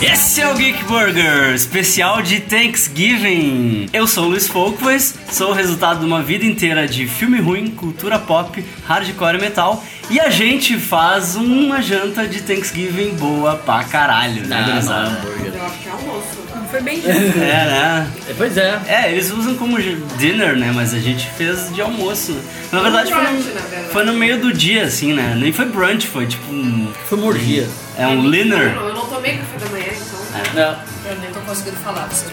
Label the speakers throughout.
Speaker 1: Esse é o Geek Burger, especial de Thanksgiving. Eu sou o Luiz Folkways, sou o resultado de uma vida inteira de filme ruim, cultura pop, hardcore e metal. E a gente faz uma janta de Thanksgiving boa pra caralho, né?
Speaker 2: Nada,
Speaker 1: Essa-
Speaker 2: nada.
Speaker 3: Eu acho que é almoço.
Speaker 4: Foi bem justo.
Speaker 1: É, né?
Speaker 2: Pois é.
Speaker 1: É, eles usam como j- dinner, né? Mas a gente fez de almoço. Na verdade, foi no,
Speaker 3: brunch, na verdade.
Speaker 1: foi no meio do dia, assim, né? Nem foi brunch, foi tipo um.
Speaker 2: Foi uma orgia.
Speaker 1: É um
Speaker 3: Eu
Speaker 1: dinner.
Speaker 3: não- eu não tomei café da manhã, então.
Speaker 2: Né?
Speaker 4: Eu nem tô conseguindo falar, vocês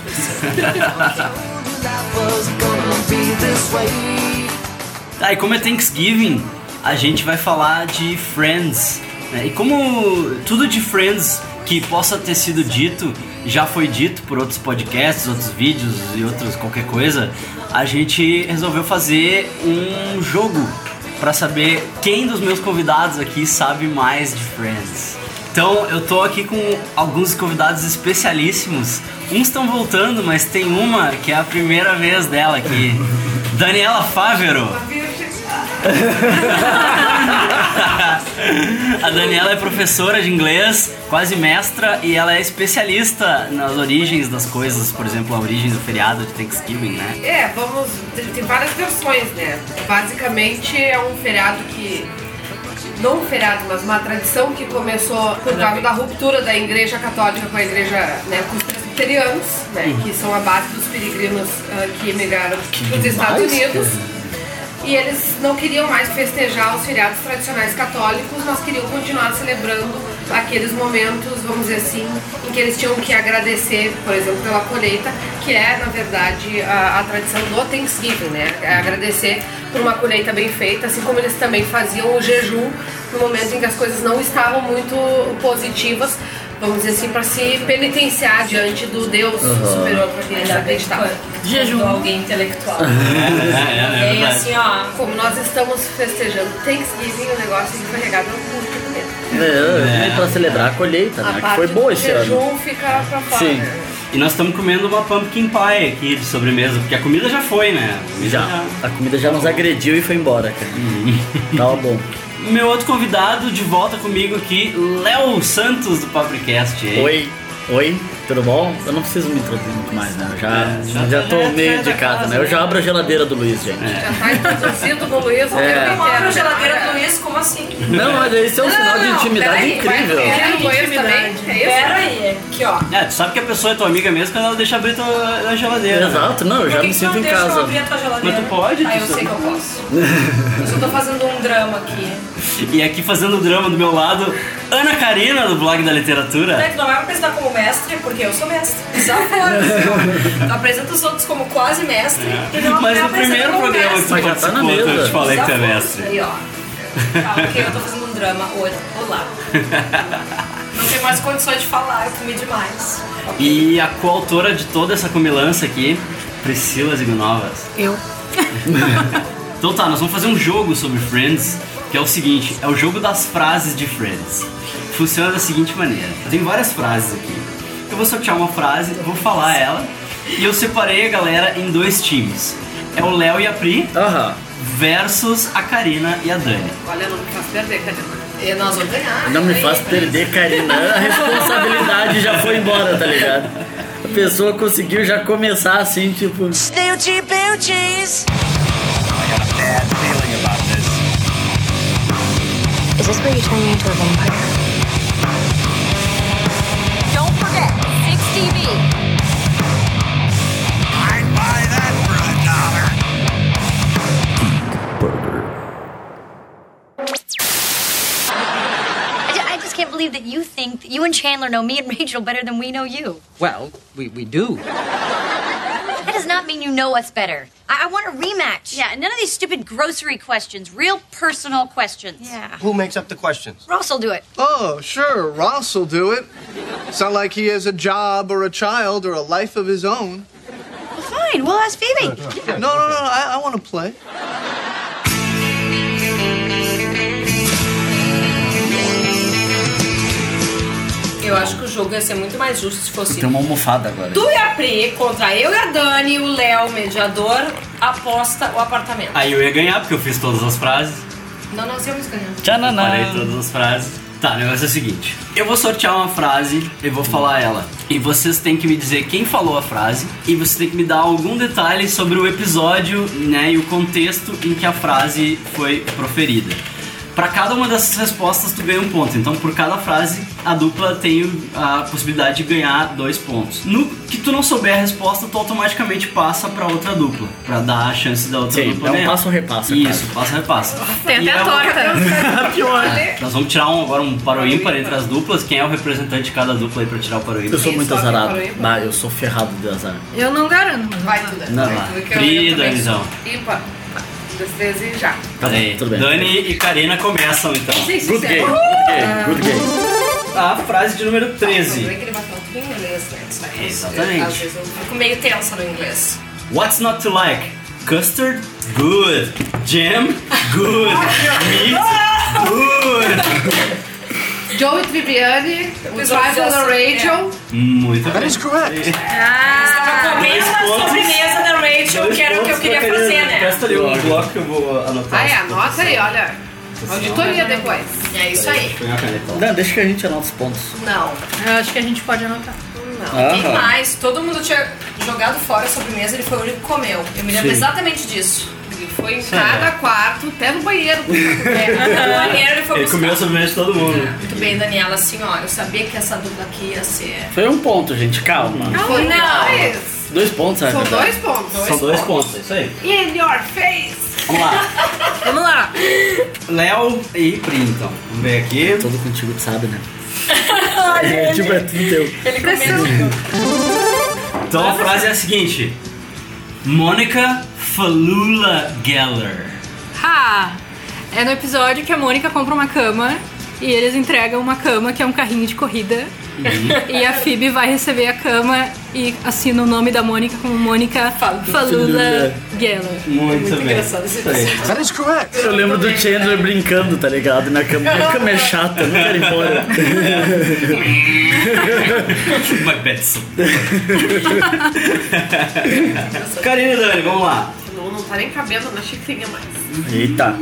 Speaker 1: Tá, e como é Thanksgiving, a gente vai falar de Friends. né? E como tudo de Friends que possa ter sido dito já foi dito por outros podcasts, outros vídeos e outros qualquer coisa, a gente resolveu fazer um jogo pra saber quem dos meus convidados aqui sabe mais de Friends. Então eu tô aqui com alguns convidados especialíssimos. Uns estão voltando, mas tem uma que é a primeira vez dela aqui. Daniela Fávero.
Speaker 3: Uma virgem.
Speaker 1: A Daniela é professora de inglês, quase mestra, e ela é especialista nas origens das coisas, por exemplo, a origem do feriado de Thanksgiving, né?
Speaker 3: É, vamos. Tem tem várias versões, né? Basicamente é um feriado que. Não um feriado, mas uma tradição que começou por causa da ruptura da Igreja Católica com a Igreja, né, com os presbiterianos, né, que são a base dos peregrinos ah, que emigraram para os Estados Unidos. E eles não queriam mais festejar os feriados tradicionais católicos, mas queriam continuar celebrando aqueles momentos, vamos dizer assim, em que eles tinham que agradecer, por exemplo, pela colheita, que é, na verdade, a, a tradição do Thanksgiving, né? É agradecer por uma colheita bem feita, assim como eles também faziam o jejum no momento em que as coisas não estavam muito positivas, vamos dizer assim, para se penitenciar diante do Deus superior para quem eles
Speaker 4: Ainda bem que
Speaker 3: acreditavam.
Speaker 4: foi. Jejum. Alguém intelectual.
Speaker 1: É,
Speaker 4: E assim, ó.
Speaker 3: Como nós estamos festejando Thanksgiving, o negócio é um fica regado ao curto mesmo.
Speaker 2: É, é, Pra celebrar a colheita, né? Que foi boa
Speaker 3: do
Speaker 2: esse
Speaker 3: jejum
Speaker 2: ano.
Speaker 3: fica pra fora.
Speaker 2: Sim.
Speaker 3: né?
Speaker 1: E nós estamos comendo uma pumpkin pie aqui de sobremesa, porque a comida já foi, né? A comida
Speaker 2: Já. A comida já nos agrediu e foi embora, cara. Tava bom.
Speaker 1: Meu outro convidado de volta comigo aqui, Léo Santos do Papricast. hein?
Speaker 2: Oi. Oi, tudo bom? Eu não preciso me introduzir muito mais, né? Eu já,
Speaker 1: É, já-
Speaker 2: já tô
Speaker 1: já-
Speaker 2: meio
Speaker 1: já
Speaker 2: de
Speaker 1: da
Speaker 2: casa,
Speaker 1: casa,
Speaker 2: né? Eu
Speaker 1: né?
Speaker 2: já abro a geladeira do Luiz, gente.
Speaker 3: Já tá introduzido no Luiz, não
Speaker 2: É.
Speaker 3: tem
Speaker 4: Eu
Speaker 3: o que
Speaker 4: abro
Speaker 3: quer.
Speaker 4: a geladeira do Luiz, como assim?
Speaker 2: Não, mas esse é um sinal de intimidade
Speaker 3: peraí, vai
Speaker 2: incrível.
Speaker 3: comer. Quero banheiro também, é isso?
Speaker 4: Pera aí, é aqui ó.
Speaker 1: É, tu sabe que a pessoa é tua amiga mesmo quando ela deixa abrir tua a geladeira. né?
Speaker 2: Exato, não, eu já
Speaker 4: Por que
Speaker 2: me
Speaker 4: que
Speaker 2: sinto
Speaker 4: não
Speaker 2: em
Speaker 4: deixa
Speaker 2: casa.
Speaker 4: Eu abrir a tua geladeira?
Speaker 1: Mas tu pode,
Speaker 4: Ah, eu
Speaker 1: tu
Speaker 4: sei que eu posso. Eu só tô fazendo um drama aqui.
Speaker 1: E aqui fazendo drama do meu lado, Ana Karina do blog da literatura.
Speaker 4: Né, Tu não vai me apresentar como mestre, porque eu sou mestre. Já fora, senhor. Tu apresenta os outros como quase mestre. E não
Speaker 1: Mas
Speaker 4: me
Speaker 1: no
Speaker 4: apresenta
Speaker 1: primeiro
Speaker 4: como
Speaker 1: programa que
Speaker 4: mestre.
Speaker 1: tu
Speaker 2: Mas já tá na
Speaker 1: participou, eu
Speaker 2: mesa.
Speaker 1: te falei que tu é mestre.
Speaker 4: Aí, ó. Tá, ok, eu tô fazendo um drama. Oi, Olá. Não tenho mais condições de falar, eu comi demais.
Speaker 1: E a coautora de toda essa comilança aqui, Priscila Zignovas.
Speaker 4: Eu.
Speaker 1: Então tá, nós vamos fazer um jogo sobre Friends, que é o seguinte, é o jogo das frases de Friends. Funciona da seguinte maneira. Eu tenho várias frases aqui. Eu vou sortear uma frase, eu vou falar ela, e eu separei a galera em dois times. É o Léo e a Pri
Speaker 2: Aham.
Speaker 1: versus a Karina e a Dani.
Speaker 3: Olha, não me faz perder, Karina.
Speaker 4: É,
Speaker 3: E nós vamos ganhar.
Speaker 2: Não me
Speaker 3: Aí,
Speaker 2: faz perder, Karina. A responsabilidade já foi embora, tá ligado? A pessoa conseguiu já começar assim, tipo.
Speaker 5: Snooty Booties.
Speaker 6: Is this where you turn me into a vampire?
Speaker 7: Don't forget, 6TV.
Speaker 5: I'd buy that for a dollar.
Speaker 7: I ju- I just can't believe that you think that you and Chandler know me and Rachel better than we know you.
Speaker 8: Well, we, we do.
Speaker 7: That does not mean you know us better. I, I want a rematch. Yeah, none of these stupid grocery questions, real personal questions. Yeah.
Speaker 9: Who makes up the questions?
Speaker 7: Ross will do it.
Speaker 9: Oh, sure, Ross will do it. It's not like he has a job or a child or a life of his own.
Speaker 7: Fine, we'll ask Phoebe.
Speaker 9: No, no, no, I, I want to play.
Speaker 4: Eu acho que o jogo ia ser muito mais justo se fosse
Speaker 2: Tem
Speaker 8: Então-
Speaker 2: uma almofada agora.
Speaker 4: tu e a Pri contra eu e a Dani, o Léo, mediador, aposta o apartamento.
Speaker 1: Aí eu ia ganhar, porque eu fiz todas as frases,
Speaker 4: Não, é nós íamos ganhar.
Speaker 2: Tchananá.
Speaker 1: parei todas as frases. Tá, o negócio é o seguinte. Eu vou sortear uma frase e vou falar ela. E vocês têm que me dizer quem falou a frase e vocês têm que me dar algum detalhe sobre o episódio, né, e o contexto em que a frase foi proferida. Pra cada uma dessas respostas tu ganha um ponto. Então, por cada frase, a dupla tem o- a possibilidade de ganhar dois pontos. No que tu não souber a resposta, tu automaticamente passa pra outra dupla, Pra dar a chance da outra
Speaker 2: Sim,
Speaker 1: dupla
Speaker 2: é um
Speaker 1: ganhar.
Speaker 2: passo-repassa, cara.
Speaker 1: Isso, passa repassa.
Speaker 8: Tem
Speaker 1: E
Speaker 8: até
Speaker 1: é
Speaker 8: a
Speaker 1: uma-
Speaker 8: torta.
Speaker 1: nós vamos tirar um, agora um paro ímpar entre as duplas. Quem é o representante de cada dupla aí pra tirar o paro
Speaker 2: Eu
Speaker 1: ímpar?
Speaker 2: sou muito
Speaker 3: Só que
Speaker 2: azarado.
Speaker 3: parou aí,
Speaker 2: Bah, eu sou ferrado de azar.
Speaker 8: Eu não garanto. mas
Speaker 3: Vai, Duda.
Speaker 2: Não,
Speaker 3: Vai,
Speaker 2: vai.
Speaker 3: Duda, que eu-
Speaker 1: Pri,
Speaker 3: eu também
Speaker 1: Dani,
Speaker 3: sou
Speaker 1: não.
Speaker 3: Ímpar. Um, dois, três e já.
Speaker 2: Tá
Speaker 1: Peraí.
Speaker 2: bom, tudo bem.
Speaker 1: Dani e Karina começam então.
Speaker 3: Sim, sim,
Speaker 2: Good
Speaker 3: sim.
Speaker 2: game, good game, good game.
Speaker 1: A frase de número
Speaker 4: Como é
Speaker 1: 13.
Speaker 4: que ele vai falar um pouquinho em inglês, né? Isso aí. Às
Speaker 1: Exatamente.
Speaker 4: vezes eu fico meio tensa no inglês.
Speaker 1: What's not to like? Custard? Good. Jam? Good. Meat? Good.
Speaker 3: Joey Tribbiani, o
Speaker 4: pessoal
Speaker 3: Drive on
Speaker 4: já
Speaker 3: the
Speaker 4: sabe,
Speaker 3: Radio.
Speaker 1: Muito
Speaker 9: That
Speaker 1: bem.
Speaker 9: is correct.
Speaker 4: Pra comer
Speaker 1: dois
Speaker 4: uma
Speaker 1: pontos.
Speaker 4: sobremesa da Rachel, que era o que eu queria fazer, né?
Speaker 1: Testa ali um bloco que eu vou anotar.
Speaker 3: Ah, é,
Speaker 1: as
Speaker 3: anota aí, olha. Auditoria depois.
Speaker 4: E é isso aí.
Speaker 1: pontas. Pegar a caneta.
Speaker 2: Não, deixa que a gente anota os pontos.
Speaker 4: Não,
Speaker 8: Eu acho que a gente pode anotar.
Speaker 4: não. Quem
Speaker 2: Aham.
Speaker 4: mais? Todo mundo tinha jogado fora a sobremesa, ele foi o único que comeu. Eu me lembro
Speaker 1: Sim. é.
Speaker 4: exatamente disso.
Speaker 3: Ele foi em cada quarto, até no banheiro.
Speaker 4: É, no banheiro ele foi
Speaker 1: Ele
Speaker 4: buscar.
Speaker 1: comeu a sobremesa de todo mundo.
Speaker 4: Muito bem, Daniela, assim, ó, eu sabia que essa dupla aqui ia ser...
Speaker 2: Foi um ponto, gente, calma.
Speaker 3: Foi
Speaker 4: não.
Speaker 3: dois.
Speaker 2: Dois pontos, sabe?
Speaker 3: Ah, São dois pontos.
Speaker 1: São dois pontos, é isso aí.
Speaker 3: In your face.
Speaker 1: Vamos lá.
Speaker 8: Vamos lá.
Speaker 1: Léo e Pri, então. Vamos ver aqui.
Speaker 2: Todo contigo tu sabe, né? É, tipo, é tudo teu.
Speaker 1: Então a frase é a seguinte: Mônica Falula Geller.
Speaker 8: Ha! É no episódio que a Mônica compra uma cama e eles entregam uma cama que é um carrinho de corrida. E a Phoebe vai receber a cama e assina o nome da Mônica como Mônica Falula Geller.
Speaker 1: Muito, bem. Isso aí.
Speaker 9: That is correct.
Speaker 2: Eu lembro do Chandler brincando, tá ligado? Na cama. Minha cama é chata, eu não quero ir embora.
Speaker 1: My Tipo Betson. Karina e Dani, vamos lá.
Speaker 3: Não, não tá nem cabendo na xicrinha mais.
Speaker 2: Eita.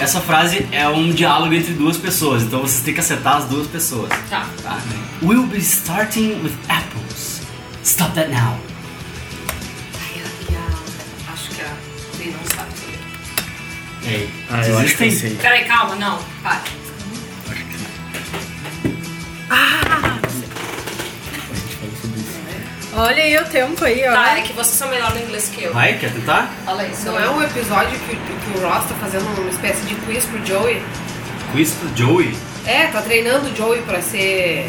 Speaker 1: Essa frase é um diálogo entre duas pessoas, então vocês têm que acertar as duas pessoas.
Speaker 4: Tá.
Speaker 1: Tá? We'll be starting with apples. Stop that now.
Speaker 4: E a- e a- Acho que a Pri não sabe.
Speaker 1: Ei,
Speaker 2: Ah, eu acho que eu sei.
Speaker 4: Peraí, calma, não, para.
Speaker 8: Olha aí o tempo aí, ó.
Speaker 4: Tá, é que vocês são melhor no inglês que eu.
Speaker 1: Vai, quer tentar?
Speaker 4: Fala aí, sou
Speaker 3: Não é um episódio que, que o Ross tá fazendo uma espécie de quiz pro Joey?
Speaker 1: Quiz pro Joey?
Speaker 3: É, tá treinando o Joey pra ser.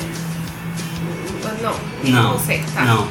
Speaker 3: Não,
Speaker 1: Não.
Speaker 3: não sei, tá.
Speaker 1: Não.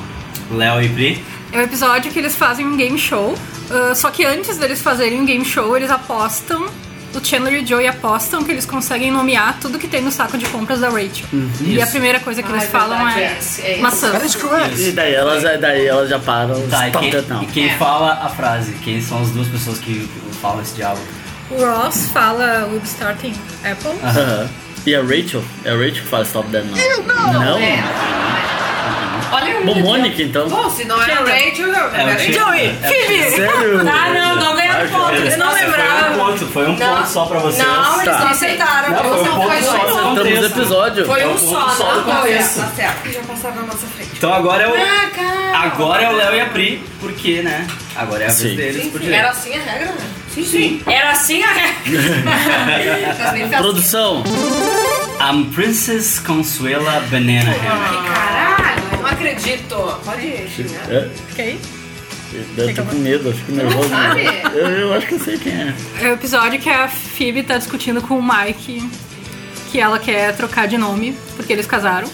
Speaker 1: Léo e Pri?
Speaker 8: É um episódio que eles fazem um game show. ah, só que antes deles fazerem um game show, eles apostam. O Chandler e o Joey apostam que eles conseguem nomear tudo que tem no saco de compras da Rachel. E a
Speaker 1: Uhum. Isso.
Speaker 8: primeira coisa que
Speaker 4: Ah,
Speaker 8: eles
Speaker 4: é
Speaker 8: falam
Speaker 4: verdade,
Speaker 8: é,
Speaker 4: é esse, é esse.
Speaker 8: maçã.
Speaker 9: That is correct.
Speaker 2: E daí elas, daí elas já param.
Speaker 1: Tá, e
Speaker 2: Stop that
Speaker 1: quem,
Speaker 2: now.
Speaker 1: e quem
Speaker 4: É.
Speaker 1: fala a frase? Quem são as duas pessoas que falam esse diálogo?
Speaker 8: O Ross fala We'll be starting Apple.
Speaker 1: Ah.
Speaker 2: Aham. E a Rachel? É a Rachel que fala stop that now. Eu não! Não?
Speaker 3: É.
Speaker 4: Olha o
Speaker 2: Bom, Mônica então.
Speaker 3: Bom, se não é o Rachel,
Speaker 1: É, o
Speaker 3: eu
Speaker 1: Chandler.
Speaker 8: Joey, Phoebe!
Speaker 2: Sério?
Speaker 4: Ah, não, não ganharam ponto. Eles não
Speaker 1: Foi um
Speaker 4: lembravam.
Speaker 1: ponto, foi um
Speaker 4: Não.
Speaker 1: ponto só pra vocês.
Speaker 4: Não, eles não
Speaker 2: Tá.
Speaker 4: aceitaram.
Speaker 1: Não, foi
Speaker 4: Não,
Speaker 1: um ponto só do
Speaker 4: foi
Speaker 2: Estamos no
Speaker 1: contexto.
Speaker 2: episódio.
Speaker 4: Foi um
Speaker 1: um
Speaker 4: só,
Speaker 1: ponto só do
Speaker 4: não
Speaker 3: Tá
Speaker 4: dois.
Speaker 3: certo, tá certo. Já passaram na nossa frente.
Speaker 1: Então agora é
Speaker 3: Tá,
Speaker 1: o.
Speaker 4: Caraca.
Speaker 1: Agora é o Léo e a Pri, porque, né? Agora é a vez
Speaker 2: Sim.
Speaker 1: deles por
Speaker 4: Era
Speaker 1: direito.
Speaker 4: assim a regra, né?
Speaker 3: Sim, sim.
Speaker 4: Era assim a regra. Vocês nem fazem-
Speaker 2: Produção.
Speaker 1: I'm Princess Consuela Banana
Speaker 4: Ah.
Speaker 1: Hammock.
Speaker 4: Caralho, não acredito.
Speaker 3: Pode ir, né?
Speaker 2: É,
Speaker 8: Ok.
Speaker 2: Eu tô com medo, eu fico nervoso.
Speaker 3: sabe?
Speaker 2: né? Eu, eu acho que eu sei quem é.
Speaker 8: É o episódio que a Phoebe tá discutindo com o Mike que ela quer trocar de nome, porque eles casaram.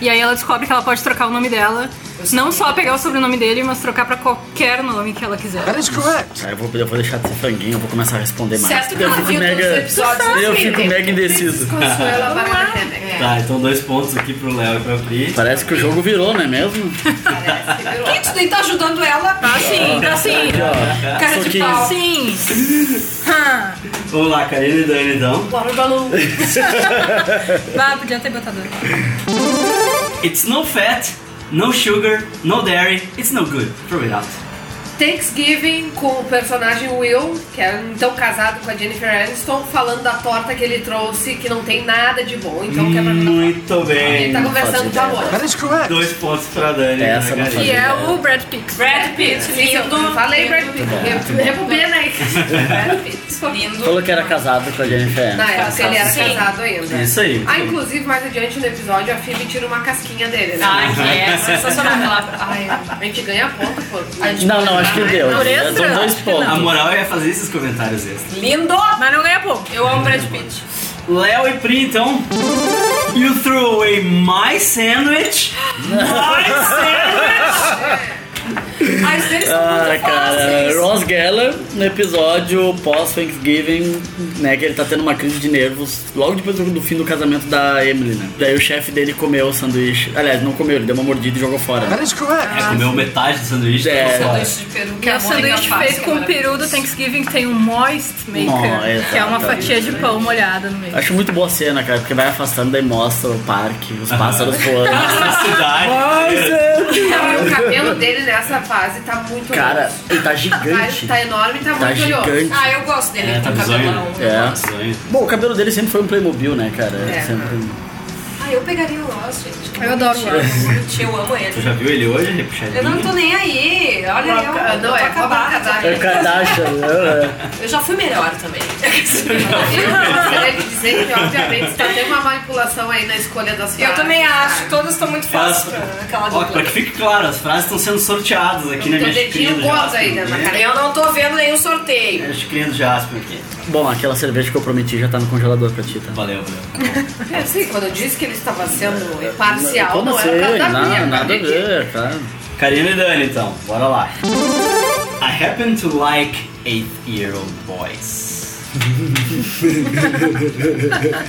Speaker 8: E aí ela descobre que ela pode trocar o nome dela, não só pegar o sobrenome dele, mas trocar pra qualquer nome que ela quiser.
Speaker 9: That is correct.
Speaker 2: Aí eu vou, eu vou deixar de ser fanguinho, eu vou começar a responder mais.
Speaker 4: Certo que
Speaker 2: eu
Speaker 4: ela
Speaker 2: fico
Speaker 4: viu todos os
Speaker 2: mega.
Speaker 4: episódios.
Speaker 2: Eu fico mega indeciso.
Speaker 3: Consuela Banana Hammock.
Speaker 1: Tá, então dois pontos aqui pro Léo e pra Pri.
Speaker 2: Parece que o jogo virou, não é mesmo?
Speaker 4: Quem tu nem tá ajudando ela?
Speaker 8: Tá sim, tá sim. Cara de
Speaker 2: Soquinho.
Speaker 8: pau. Sim. Ah,
Speaker 1: Vamos lá, Karina e Dani então.
Speaker 4: Bora, Balu.
Speaker 8: bah, Ah, podia ter botado.
Speaker 1: It's no fat, no sugar, no dairy, it's no good. Throw it out.
Speaker 3: Thanksgiving com o personagem Will, que é então casado com a Jennifer Aniston, falando da torta que ele trouxe, que não tem nada de bom, então quebra
Speaker 2: Hum,
Speaker 10: Muito bem.
Speaker 3: Ele tá conversando com a
Speaker 2: ideia.
Speaker 3: Mônica.
Speaker 9: That is correct.
Speaker 10: Dois pontos pra Dani.
Speaker 1: né,
Speaker 2: Essa não
Speaker 10: Margarida.
Speaker 8: Que é o Brad Pitt.
Speaker 4: Brad Pitt, lindo.
Speaker 3: Eu Falei Brad Pitt. Re- Republicana aí.
Speaker 4: Brad Pitt, lindo.
Speaker 2: Falou que era casado com a Jennifer
Speaker 3: Na
Speaker 2: Aniston.
Speaker 3: época ele Tá, é, era
Speaker 4: Sim.
Speaker 3: casado ainda.
Speaker 1: É Isso aí.
Speaker 3: Ah, inclusive, mais adiante no episódio, a Phoebe tira uma casquinha dele, né?
Speaker 4: Ai, que é sensacional aquela palavra.
Speaker 3: Ai, a gente ganha ponto, pô. A gente
Speaker 2: Não, não, acho que deu.
Speaker 8: Por extra?
Speaker 2: São dois
Speaker 8: Acho que
Speaker 2: pontos.
Speaker 1: A moral é fazer esses comentários extras.
Speaker 4: Lindo!
Speaker 8: Mas não ganha pouco.
Speaker 4: Eu amo Brad Pitt.
Speaker 1: Léo e Pri, então. You threw away my sandwich. My sandwich.
Speaker 4: Ai, os deles são
Speaker 2: Ah,
Speaker 4: muito
Speaker 2: cara,
Speaker 4: fáceis.
Speaker 2: Ross Geller, no episódio pós-Thanksgiving, né, que ele tá tendo uma crise de nervos, logo depois do fim do casamento da Emily, né. Daí o chefe dele comeu o sanduíche, aliás, não comeu, ele deu uma mordida e jogou fora.
Speaker 9: That is correct.
Speaker 1: É, comeu metade do sanduíche.
Speaker 2: É.
Speaker 1: tá fora.
Speaker 4: Sanduíche de peru,
Speaker 3: um
Speaker 4: que
Speaker 8: E
Speaker 4: a Mônica
Speaker 8: o sanduíche
Speaker 4: faz, que
Speaker 8: feito
Speaker 4: é
Speaker 8: com o
Speaker 4: maravilhoso.
Speaker 8: peru do Thanksgiving tem um moist maker,
Speaker 2: Mo- exato,
Speaker 8: que é uma fatia de pão molhada no meio.
Speaker 2: Acho muito boa a cena, cara, porque vai afastando, daí mostra o parque, os pássaros voando.
Speaker 1: Na cidade.
Speaker 3: Não, e o cabelo dele nessa fase tá muito
Speaker 2: Cara,
Speaker 3: oleoso.
Speaker 2: ele tá
Speaker 3: Tá,
Speaker 2: gigante.
Speaker 3: tá enorme e tá
Speaker 2: Tá
Speaker 3: muito oleoso.
Speaker 2: gigante.
Speaker 4: Ah, eu gosto dele
Speaker 1: É, tá
Speaker 4: com cabelão.
Speaker 1: bizonho. Tá
Speaker 2: É.
Speaker 1: Bizonho.
Speaker 2: Bom, o cabelo dele sempre foi um Playmobil, né, cara?
Speaker 3: É.
Speaker 2: Sempre...
Speaker 4: Ah, eu pegaria o Ross, gente. que
Speaker 8: Eu adoro o
Speaker 4: bonitinho, bonitinho, Eu amo
Speaker 1: Tu
Speaker 4: ele.
Speaker 1: já viu ele hoje, repuxadinho?
Speaker 4: Eu não tô nem aí. Olha, eu,
Speaker 3: Não,
Speaker 4: eu tô
Speaker 3: é,
Speaker 4: acabada.
Speaker 2: É o Kardashian, né?
Speaker 4: Eu já fui melhor também.
Speaker 3: Eu gostaria de dizer que, obviamente, tá tendo uma manipulação aí na escolha das frases.
Speaker 4: Eu também acho,
Speaker 3: sabe?
Speaker 4: todas estão muito
Speaker 1: Elas-
Speaker 4: fáceis pra aquela
Speaker 1: Ó, pra que
Speaker 4: dupla.
Speaker 1: fique claro, as frases estão sendo sorteadas aqui na
Speaker 3: Tem
Speaker 1: minha
Speaker 3: um dedinho
Speaker 1: screen do
Speaker 3: gordo aí,
Speaker 1: Jasper.
Speaker 3: né, na
Speaker 1: né?
Speaker 3: cara.
Speaker 4: Eu não tô vendo nenhum sorteio.
Speaker 1: Minha screen do Jasper aqui.
Speaker 2: Bom, aquela cerveja que eu prometi já tá no congelador pra ti, tá?
Speaker 1: Valeu, valeu.
Speaker 3: É, Eu sei, quando eu disse que ele estava sendo imparcial,
Speaker 2: É, Como
Speaker 3: não é
Speaker 2: assim?
Speaker 3: era por causa da minha.
Speaker 2: Não, nada a
Speaker 3: cara.
Speaker 2: ver, tá? claro.
Speaker 1: Karina e Dani, então, bora lá. I happen to like 8-year-old boys.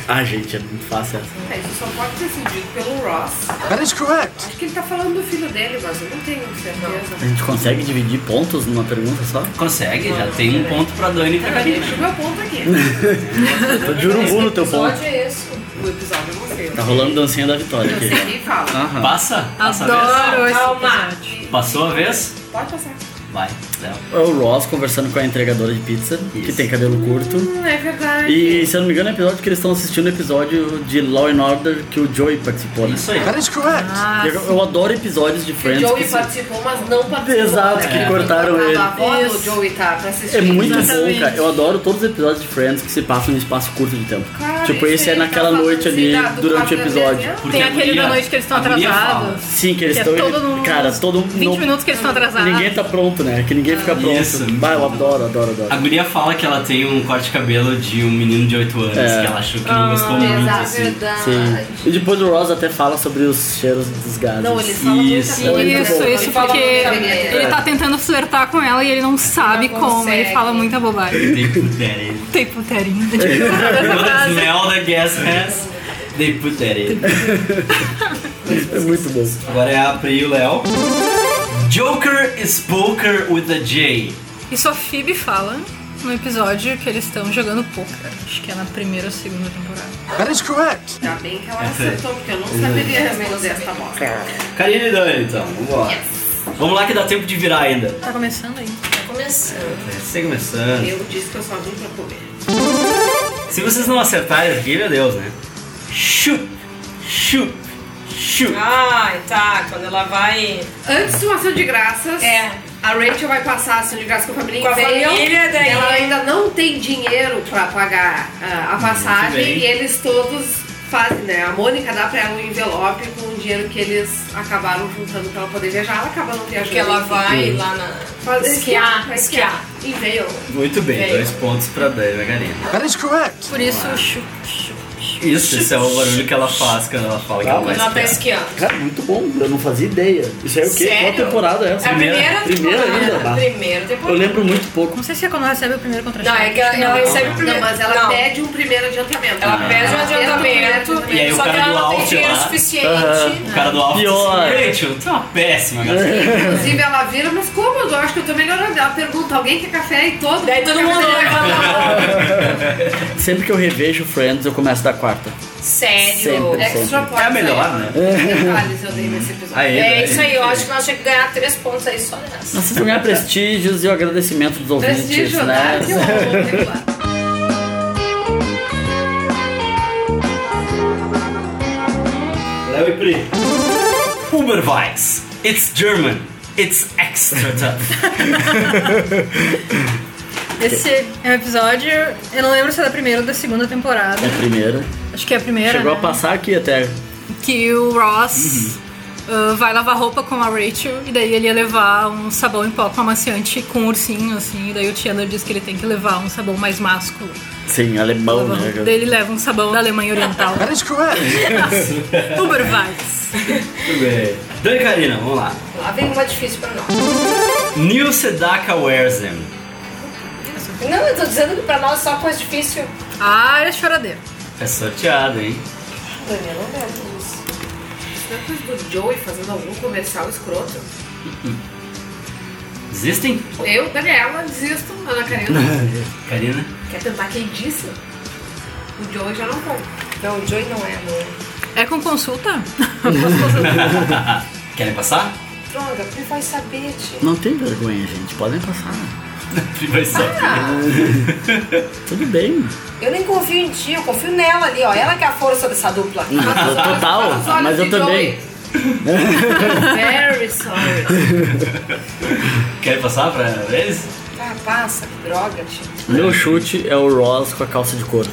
Speaker 2: Ah, gente, é muito fácil essa.
Speaker 3: Mas Isso só pode ser decidido pelo Ross.
Speaker 9: That is correct.
Speaker 3: Acho que ele tá falando do filho dele, mas eu não tenho
Speaker 2: A
Speaker 3: certeza.
Speaker 2: gente consegue dividir pontos numa pergunta só?
Speaker 1: Consegue, já tem um ponto pra Dani e pra Karina.
Speaker 3: Deixa o meu ponto aqui.
Speaker 2: Eu tô de urubu no teu ponto.
Speaker 4: Pode é esse.
Speaker 3: O episódio é eu não sei.
Speaker 2: Tá rolando dancinha da vitória
Speaker 3: Eu
Speaker 2: aqui.
Speaker 3: sei quem fala.
Speaker 2: Aham.
Speaker 1: Passa? Passa a
Speaker 8: Adoro esse
Speaker 4: Calma.
Speaker 8: episódio.
Speaker 1: vez? Passou a vez?
Speaker 3: Pode passar.
Speaker 1: Vai, Léo.
Speaker 2: É o Ross conversando com a entregadora de pizza, que
Speaker 1: Isso.
Speaker 2: tem cabelo curto.
Speaker 3: Hum, é verdade.
Speaker 2: E se eu não me engano, é o episódio que eles estão assistindo o episódio de Law and Order que o Joey participou, né?
Speaker 1: É Isso aí.
Speaker 9: That is correct.
Speaker 2: Eu, eu adoro episódios de
Speaker 3: O
Speaker 2: Friends. que
Speaker 3: Joey
Speaker 2: se-
Speaker 3: participou, mas não participou.
Speaker 2: Exato, que cortaram
Speaker 3: Cortaram
Speaker 2: ele.
Speaker 3: A avó do
Speaker 8: Isso.
Speaker 3: Joey tá pra assistir.
Speaker 2: É muito bom,
Speaker 8: Exatamente.
Speaker 2: cara. Eu adoro todos os episódios de Friends que se passam em um espaço curto de tempo.
Speaker 3: Cara,
Speaker 2: tipo,
Speaker 3: isso
Speaker 2: esse é
Speaker 3: aí
Speaker 2: naquela
Speaker 3: tá
Speaker 2: noite ali
Speaker 3: falando, sim,
Speaker 2: durante o
Speaker 3: do
Speaker 2: episódio.
Speaker 3: quadro
Speaker 1: Porque
Speaker 8: Tem
Speaker 1: a
Speaker 8: aquele
Speaker 1: guria-
Speaker 8: da noite que eles estão
Speaker 1: a guria
Speaker 8: atrasados.
Speaker 2: Sim, que eles
Speaker 8: Que é
Speaker 2: estão.
Speaker 8: todo mundo-
Speaker 2: Cara, todo
Speaker 8: 20
Speaker 2: não-
Speaker 8: minutos que eles estão atrasados.
Speaker 2: Ninguém tá pronto, né? Que ninguém fica pronto.
Speaker 1: Isso, muito
Speaker 2: Bah, eu adoro, adoro, adoro.
Speaker 1: A guria fala que ela tem um corte de cabelo de um menino de 8 anos,
Speaker 2: É.
Speaker 1: que ela achou que
Speaker 8: Ah,
Speaker 1: não gostou muito,
Speaker 3: Exato,
Speaker 1: assim.
Speaker 3: verdade.
Speaker 2: Sim. E depois o Ross até fala sobre os cheiros dos gases.
Speaker 3: Não, ele
Speaker 1: Isso.
Speaker 3: fala muita coisa.
Speaker 8: assim, Isso,
Speaker 3: Ele
Speaker 8: isso,
Speaker 3: fala
Speaker 8: porque
Speaker 3: muita coisa.
Speaker 8: ele tá tentando flertar com ela e ele não sabe
Speaker 3: Não
Speaker 8: como.
Speaker 3: consegue.
Speaker 8: Ele fala muita bobagem.
Speaker 1: They put that in.
Speaker 8: Tem puterinho.
Speaker 1: You know that smell the gas has? They put that in.
Speaker 2: É muito bom.
Speaker 1: Agora é a Pri e o Léo. Joker is poker with a J.
Speaker 8: Isso a Phoebe fala no episódio que eles estão jogando poker. Acho que é na primeira ou segunda temporada.
Speaker 9: That is correct.
Speaker 3: Ainda Tá bem que ela acertou, porque eu não
Speaker 2: É.
Speaker 3: saberia responder essa bosta.
Speaker 1: Karine e Dani, então, vambora. Vamos lá que dá tempo de virar ainda.
Speaker 8: Tá começando aí.
Speaker 4: Tá começando.
Speaker 1: Você
Speaker 2: É.
Speaker 1: começando.
Speaker 3: Eu disse que eu só vim pra comer.
Speaker 1: Se vocês não acertarem aqui, meu Deus, né? Chup, chup, chup.
Speaker 4: Ah. Ai, tá. Quando ela vai.
Speaker 3: Antes de uma ação de graças,
Speaker 4: É.
Speaker 3: a Rachel vai passar a ação de graças com a família
Speaker 4: Com a
Speaker 3: inteira.
Speaker 4: família, daí-
Speaker 3: Ela ainda não tem dinheiro pra pagar ah, a
Speaker 2: Uhum,
Speaker 3: passagem
Speaker 1: bem.
Speaker 3: e eles todos fazem, né? A Mônica dá pra ela um envelope com o dinheiro que eles acabaram juntando pra ela poder viajar. Ela acaba não viajando.
Speaker 4: Porque ela vai lá na.
Speaker 3: Fazer
Speaker 4: esquiar,
Speaker 3: vai
Speaker 4: esquiar.
Speaker 3: Em veio.
Speaker 1: Muito bem,
Speaker 4: Veio.
Speaker 1: dois pontos pra Dani e a Karine.
Speaker 9: That is correct.
Speaker 8: Por isso, chup, chup.
Speaker 1: Isso, esse é o barulho que ela faz quando ela fala que ela vai
Speaker 4: Quando ela tá
Speaker 1: esquiar.
Speaker 4: esquiando.
Speaker 2: Cara, muito bom. Eu não fazia ideia. Isso aí é o quê?
Speaker 4: Sério?
Speaker 2: Qual temporada é
Speaker 4: É
Speaker 2: essa?
Speaker 4: a primeira
Speaker 2: Primeira
Speaker 4: temporada.
Speaker 2: ainda, bah.
Speaker 4: Primeira temporada.
Speaker 2: Eu lembro muito pouco.
Speaker 8: Não sei se é quando ela recebe o primeiro
Speaker 4: Não,
Speaker 8: contrato.
Speaker 4: é que ela, ela recebe o
Speaker 3: Não,
Speaker 4: primeiro.
Speaker 3: mas ela
Speaker 4: Não.
Speaker 3: pede um primeiro adiantamento.
Speaker 4: Ela
Speaker 2: Ah.
Speaker 4: pede um adiantamento,
Speaker 1: E aí o
Speaker 4: só que
Speaker 1: cara
Speaker 4: ela
Speaker 1: do
Speaker 4: não tem
Speaker 1: alto
Speaker 4: dinheiro
Speaker 1: lá.
Speaker 4: suficiente. né?
Speaker 1: O cara do alto
Speaker 2: Pior.
Speaker 1: disse, Rachel, tu é uma péssima, garota.
Speaker 3: Inclusive ela vira, mas como? Eu acho que eu tô melhorando. Ela pergunta, alguém quer café? E todo
Speaker 4: Daí todo
Speaker 3: quer
Speaker 4: mundo
Speaker 3: café.
Speaker 4: levanta a mão.
Speaker 2: Sempre que eu revejo Friends, eu começo a dar quarta.
Speaker 4: Sério.
Speaker 2: Sempre,
Speaker 4: Extra
Speaker 2: sempre.
Speaker 4: points,
Speaker 1: É a melhor, né?
Speaker 3: Detalhes eu dei nesse episódio.
Speaker 2: Aí,
Speaker 4: É
Speaker 2: daí.
Speaker 4: isso aí, eu acho que nós tínhamos que ganhar três pontos aí só nessa.
Speaker 2: Vocês vão ganhar prestígios e o agradecimento dos ouvintes,
Speaker 4: Prestígio,
Speaker 2: né?
Speaker 4: né? Que horror, vamos lá.
Speaker 1: Léo e Pri. Uberweiss. It's German. It's extra tough.
Speaker 8: Esse é um episódio, eu não lembro se é da primeira ou da segunda temporada.
Speaker 2: É a primeira.
Speaker 8: Acho que é a primeira.
Speaker 2: Chegou
Speaker 8: né?
Speaker 2: a passar aqui até.
Speaker 8: Que o Ross uh, vai lavar roupa com a Rachel e daí ele ia levar um sabão em pó com amaciante com um ursinho, assim. E daí o Chandler diz que ele tem que levar um sabão mais másculo.
Speaker 2: Sim, alemão, né?
Speaker 8: Daí ele leva um sabão da Alemanha Oriental.
Speaker 9: That is correct.
Speaker 8: Uberweiss.
Speaker 1: Muito bem. Dan e Karina, vamos lá.
Speaker 4: Lá vem uma difícil pra nós.
Speaker 1: New Sedaka wears them.
Speaker 4: Não, eu tô dizendo que pra nós só coisa difícil.
Speaker 8: Ah, é choradeira.
Speaker 1: É sorteado, hein?
Speaker 4: Daniel, não
Speaker 3: né?
Speaker 4: lembro disso.
Speaker 3: Não é coisa do Joey fazendo algum comercial escroto?
Speaker 1: Existem?
Speaker 3: Eu, Daniela, desisto. Ana Karina,
Speaker 1: Karina?
Speaker 3: quer tentar quem disse? O Joey já não conta.
Speaker 4: Não, o Joey não é, amor.
Speaker 8: É com consulta?
Speaker 1: Querem passar?
Speaker 4: Droga, quem vai saber, tio?
Speaker 2: Não tem vergonha, gente. Podem passar.
Speaker 1: Pri vai saber.
Speaker 2: Tudo bem.
Speaker 4: Eu nem confio em ti, eu confio nela ali, ó. Ela que é a força dessa dupla.
Speaker 2: Total,
Speaker 3: Os olhos
Speaker 2: mas eu
Speaker 3: de
Speaker 2: também.
Speaker 3: Joey. Very sorry.
Speaker 1: Querem passar pra eles?
Speaker 4: Ah, passa, que droga, tio.
Speaker 2: Meu chute é o Ross com a calça de couro.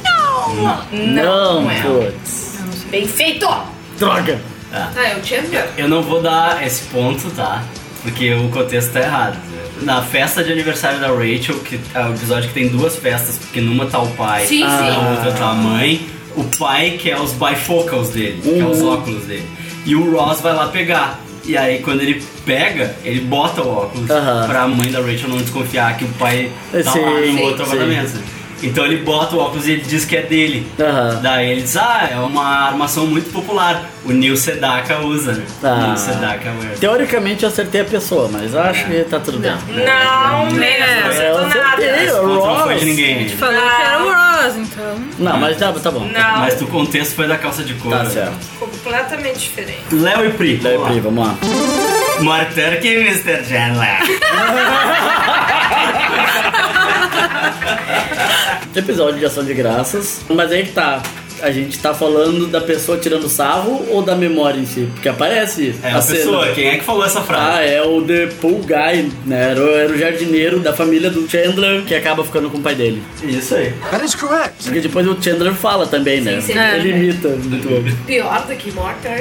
Speaker 2: Não, putz.
Speaker 4: é. Bem feito!
Speaker 2: Droga!
Speaker 3: Tá, é o Chandler?
Speaker 1: Eu não vou dar esse ponto, tá? Porque o contexto tá errado. Na festa de aniversário da Rachel, que é o episódio que tem duas festas, porque numa tá o pai,
Speaker 3: Sim,
Speaker 1: na
Speaker 3: sim.
Speaker 1: outra
Speaker 2: Ah.
Speaker 1: tá a mãe. O pai quer os bifocals dele, que é os
Speaker 2: Uhum.
Speaker 1: óculos dele. E o Ross vai lá pegar. E aí quando ele pega, ele bota o óculos
Speaker 2: Aham.
Speaker 1: pra mãe da Rachel não desconfiar que o pai tá lá no
Speaker 2: Sim,
Speaker 1: outro
Speaker 2: sim.
Speaker 1: apartamento. Então ele bota o óculos e ele diz que é dele.
Speaker 2: Aham.
Speaker 1: Daí ele diz, ah, é uma armação muito popular. O Neil Sedaka usa, né?
Speaker 2: Ah. um
Speaker 1: Neil Sedaka usa.
Speaker 2: Teoricamente eu acertei a pessoa, mas acho que tá tudo bem.
Speaker 4: Não, mesmo, não
Speaker 2: Eu
Speaker 4: acertou
Speaker 2: acertei,
Speaker 4: nada.
Speaker 1: Esse
Speaker 2: é o
Speaker 1: ponto não
Speaker 2: Ross.
Speaker 1: foi de ninguém.
Speaker 8: Falou que era o Ross, então.
Speaker 2: Não, mas tá, tá bom.
Speaker 4: Não,
Speaker 1: Mas o contexto foi da calça de couro.
Speaker 2: Tá certo.
Speaker 4: completamente diferente.
Speaker 1: Léo e Pri.
Speaker 2: Daí,
Speaker 1: vamos
Speaker 2: Pri,
Speaker 1: lá.
Speaker 2: vamos lá.
Speaker 1: More turkey, Mr. Chandler.
Speaker 2: Episódio de ação de graças. Mas aí que tá. A gente tá falando da pessoa tirando sarro ou da memória em si? Porque aparece
Speaker 1: É
Speaker 2: a
Speaker 1: a
Speaker 2: cena.
Speaker 1: pessoa, quem é que falou essa frase?
Speaker 2: Ah, é o The Pool Guy, né? Era, o- era o jardineiro da família do Chandler que acaba ficando com o pai dele.
Speaker 1: Isso aí.
Speaker 9: That is correct.
Speaker 2: Porque depois o Chandler fala também, né?
Speaker 3: Sim, sim.
Speaker 2: Ele imita muito bom.
Speaker 3: Pior do que Mortar.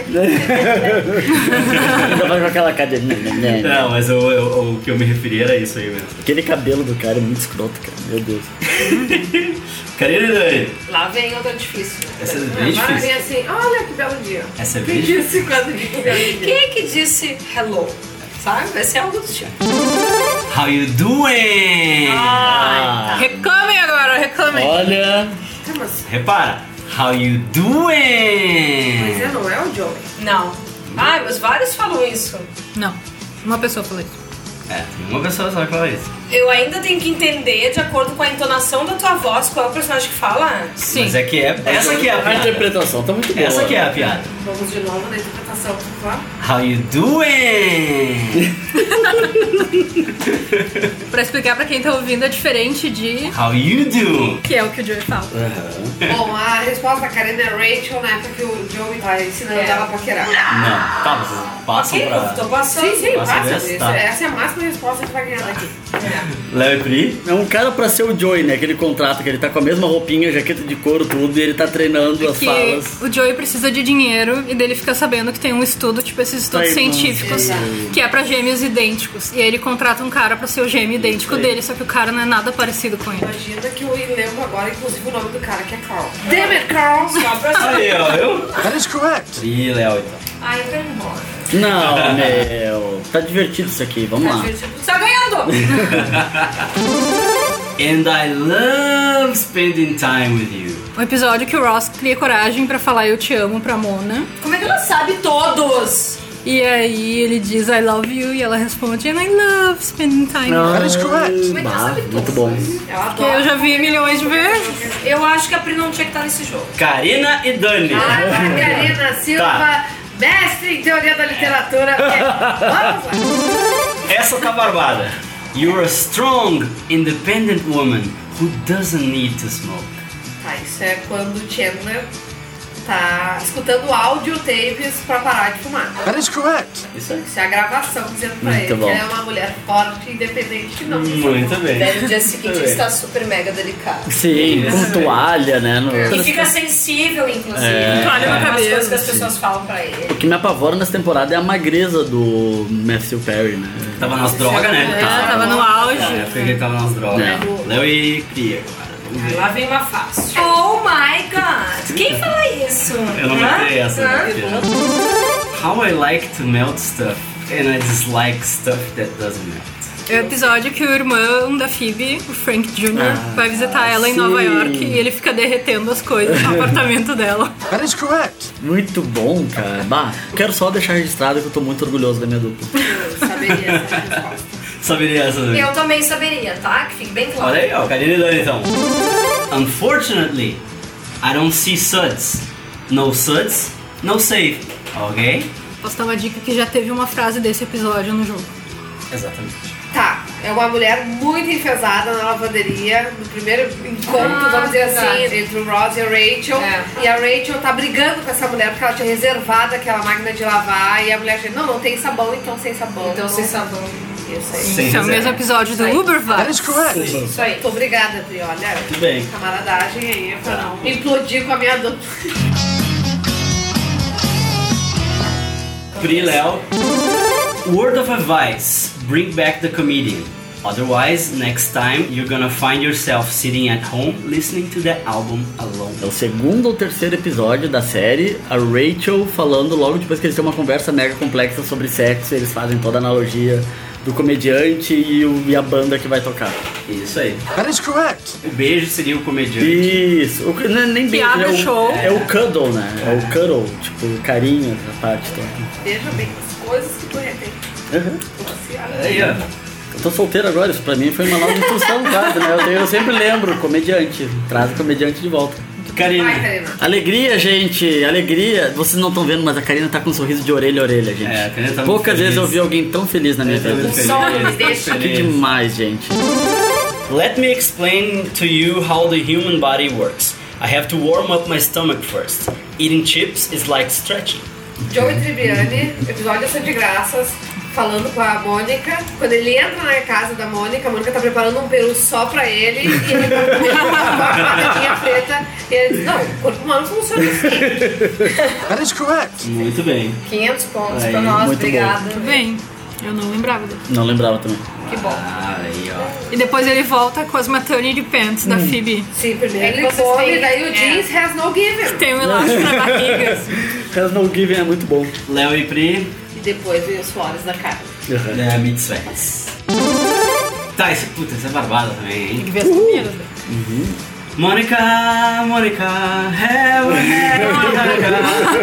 Speaker 2: Ainda vai com aquela cadeirinha.
Speaker 1: Não, mas eu- eu- o que eu me referi era isso aí mesmo.
Speaker 2: Aquele cabelo do cara é muito escroto, cara. Meu Deus.
Speaker 1: Karina e Dani.
Speaker 3: Lá vem outra difícil.
Speaker 1: Essa é bem
Speaker 3: Agora vem
Speaker 1: difícil.
Speaker 3: assim, olha que belo dia.
Speaker 1: Essa é bem
Speaker 3: Quem
Speaker 1: difícil.
Speaker 3: disse quando que belo dia?
Speaker 4: Quem é que disse hello? Sabe? Vai ser algo do tipo.
Speaker 1: How you doing?
Speaker 2: Ah,
Speaker 8: Reclamem agora, reclamem.
Speaker 2: olha.
Speaker 3: Ah, mas,
Speaker 1: Repara. How you
Speaker 3: mas
Speaker 1: doing?
Speaker 3: é, não é o Joey.
Speaker 4: Não. Ai, mas vários falam isso.
Speaker 8: Não, uma pessoa falou isso.
Speaker 1: É, tem uma pessoa só que fala isso.
Speaker 4: Eu ainda tenho que entender, de acordo com a entonação da tua voz, qual é o personagem que fala.
Speaker 8: Sim.
Speaker 1: Mas é que é. Essa que é a
Speaker 2: A
Speaker 1: piada.
Speaker 2: interpretação tá muito boa.
Speaker 1: Essa que é a piada.
Speaker 3: Vamos de novo na interpretação, por favor.
Speaker 1: How you doing?
Speaker 8: Pra explicar pra quem tá ouvindo, é diferente de...
Speaker 1: How you do?
Speaker 8: Que é o que o Joey fala.
Speaker 3: Bom, a resposta da Karen é Rachel na época que o Joey tá ensinando
Speaker 4: É.
Speaker 3: ela a paquerar.
Speaker 1: Não, tá, vocês passam
Speaker 4: Ok, eu
Speaker 1: pra.
Speaker 4: tô passando.
Speaker 3: Sim, sim,
Speaker 1: Passa
Speaker 3: passa.
Speaker 1: dessa, tá.
Speaker 3: Essa é a máxima resposta que vai ganhar daqui.
Speaker 1: Léo e Pri.
Speaker 2: É um cara pra ser o Joey, né? Aquele contrato que ele tá com a mesma roupinha, jaqueta de couro, tudo, e ele tá treinando as
Speaker 8: que
Speaker 2: falas.
Speaker 8: o Joey precisa de dinheiro e dele fica sabendo que tem um estudo, tipo esses estudos
Speaker 2: Pra irmãos.
Speaker 8: científicos, que é pra gêmeos idênticos. E aí ele contrata um cara pra ser o gêmeo idêntico dele, só que o cara não é nada parecido com ele.
Speaker 3: Imagina que eu lembro agora, inclusive, o nome do cara que é Carl. Damn it, Carl!
Speaker 4: Só pra
Speaker 1: Aí, ó, eu.
Speaker 9: That is correct.
Speaker 1: E Léo, então.
Speaker 4: Ai, vai embora.
Speaker 2: Não, meu. Tá divertido isso aqui, vamos lá.
Speaker 4: Tá ganhando!
Speaker 1: And I love spending time with you.
Speaker 8: Um O episódio que o Ross cria coragem pra falar eu te amo pra Mona.
Speaker 4: Como é que ela sabe todos?
Speaker 8: E aí ele diz I love you e ela responde And I love spending time with you."
Speaker 9: Tá é
Speaker 2: Bah, muito bom.
Speaker 4: Eu adoro.
Speaker 8: Que eu já vi milhões de vezes.
Speaker 4: Eu acho que a Pri não tinha que estar nesse jogo.
Speaker 1: Karina e Dani.
Speaker 4: Ah.
Speaker 3: A Margarina Ah, Silva,
Speaker 1: Tá.
Speaker 3: mestre em teoria da literatura. É, vamos lá.
Speaker 1: Essa tá barbada. You're a strong, independent woman who doesn't need to smoke.
Speaker 3: Tá, isso é quando o Chandler tá escutando áudio tapes pra parar de fumar.
Speaker 9: That is correct.
Speaker 2: Isso aí.
Speaker 3: Isso é a gravação dizendo pra
Speaker 2: Muito
Speaker 3: ele
Speaker 2: bom.
Speaker 3: que ela é uma mulher forte, independente, não.
Speaker 1: Muito bem.
Speaker 4: Daí no dia seguinte
Speaker 1: Muito
Speaker 4: ele
Speaker 1: bem.
Speaker 4: está super mega delicado.
Speaker 2: Sim,
Speaker 1: Isso.
Speaker 2: com toalha, né? no-
Speaker 4: E fica sensível, inclusive.
Speaker 2: É.
Speaker 8: Olha na
Speaker 4: As
Speaker 8: cabeça.
Speaker 4: coisas que as pessoas falam pra ele.
Speaker 2: O que me apavora nessa temporada é a magreza do Matthew Perry, né?
Speaker 1: Tava nas drogas, né?
Speaker 8: Ela tava no
Speaker 1: É,
Speaker 8: auge.
Speaker 1: eu peguei tava nas drogas.
Speaker 2: É.
Speaker 1: Léo e Cria agora. Vamos ver.
Speaker 4: Lá vem uma fácil. Oh my god! Quem fala isso?
Speaker 1: Eu não
Speaker 4: Hã?
Speaker 1: matei essa.
Speaker 4: Hã?
Speaker 1: né, filha? How I like to melt stuff and I dislike stuff that doesn't melt.
Speaker 8: É o episódio que o irmão da Phoebe, o Frank Jr.,
Speaker 9: Ah,
Speaker 8: vai visitar ela em
Speaker 2: sim.
Speaker 8: Nova York e ele fica derretendo as coisas no apartamento dela.
Speaker 9: That is correct.
Speaker 2: Muito bom, cara. Bah, quero só deixar registrado que eu tô muito orgulhoso da minha dupla.
Speaker 3: Eu saberia essa resposta.
Speaker 1: Saberia essa também.
Speaker 4: Eu também saberia, tá? Que fique bem claro.
Speaker 1: Olha aí, ó, Karina e Dani então. Unfortunately, I don't see suds. No suds, no safe. Ok?
Speaker 8: Posso dar uma dica que já teve uma frase desse episódio no jogo.
Speaker 1: Exatamente.
Speaker 3: Tá, é uma mulher muito enfesada na lavanderia, no primeiro encontro, vamos dizer assim,
Speaker 4: Ah, verdade.
Speaker 3: entre o Ross e a Rachel.
Speaker 4: É.
Speaker 3: E a Rachel tá brigando com essa mulher porque ela tinha reservado aquela máquina de lavar e a mulher diz, não, não tem sabão, então sem sabão.
Speaker 4: Então sem sabão.
Speaker 3: Isso aí.
Speaker 1: Sem
Speaker 8: Esse é o
Speaker 1: reserva.
Speaker 8: mesmo episódio do
Speaker 9: That
Speaker 8: Ubervar.
Speaker 9: is correct.
Speaker 4: Isso aí.
Speaker 3: Muito obrigada, Pri, olha.
Speaker 1: Tudo bem.
Speaker 3: Camaradagem aí pra não implodir com a minha dor.
Speaker 1: Pri e Léo. Word of advice: bring back the comedian. Otherwise, next time you're gonna find yourself sitting at home listening to that album alone.
Speaker 2: É o segundo ou terceiro episódio da série, a Rachel falando logo depois que eles têm uma conversa mega complexa sobre sexo, eles fazem toda a analogia do comediante e, o- e a banda que vai tocar.
Speaker 1: Isso aí.
Speaker 9: That is correct.
Speaker 1: O beijo seria o comediante.
Speaker 2: Isso, o, que- não é nem beijo,
Speaker 8: abre
Speaker 2: é
Speaker 8: o
Speaker 2: o
Speaker 8: show.
Speaker 2: É o cuddle, né? É o cuddle, tipo, carinho, essa parte toda.
Speaker 3: Veja bem as coisas que tu repente
Speaker 2: Uhum.
Speaker 3: você acha.
Speaker 1: Aí, ó.
Speaker 2: Eu tô solteiro agora, isso pra mim foi uma nova instrução quase, né? Eu, tenho- eu sempre lembro, comediante, traz o comediante de volta.
Speaker 3: Vai,
Speaker 1: Karina.
Speaker 3: Karina.
Speaker 2: Alegria, gente, alegria. Vocês não estão vendo, mas a Karina tá com um sorriso de orelha a orelha, gente.
Speaker 1: É, a Karina tá muito
Speaker 2: Poucas
Speaker 1: feliz.
Speaker 2: vezes eu vi alguém tão feliz na minha
Speaker 1: tá
Speaker 2: vida. Que demais, gente.
Speaker 1: Let me explain to you how the human body works. I have to warm up my stomach first. Eating chips is like stretching.
Speaker 3: Joey Tribbiani, episódio Ação de Graças, falando com a Mônica. Quando ele entra na casa da Mônica, a Mônica tá preparando um peru só pra ele e ele tá com uma batatinha preta. E ele diz, não, o corpo humano funciona assim.
Speaker 9: That is correct.
Speaker 1: Muito bem.
Speaker 4: 500 pontos
Speaker 1: Aí,
Speaker 4: pra nós,
Speaker 2: muito bom.
Speaker 4: obrigada.
Speaker 8: Bem, eu não lembrava dele.
Speaker 2: Não lembrava também.
Speaker 4: Que bom.
Speaker 1: Aí, ó.
Speaker 8: E depois ele volta com as maternity pants da
Speaker 9: Hum.
Speaker 8: Phoebe.
Speaker 3: Sim, primeiro
Speaker 4: É
Speaker 3: ele
Speaker 4: que vocês
Speaker 3: come,
Speaker 4: têm-
Speaker 3: daí o
Speaker 4: é.
Speaker 3: jeans has no given.
Speaker 8: Tem um elástico na barriga.
Speaker 2: Has No Giving é muito bom.
Speaker 1: Léo e Pri.
Speaker 3: E depois vem os flores da cara.
Speaker 1: É, me desfaz. Tá, esse, puta, essa é barbada também, hein?
Speaker 8: Tem que ver as comidas. né?
Speaker 1: Mônica, Mônica, have a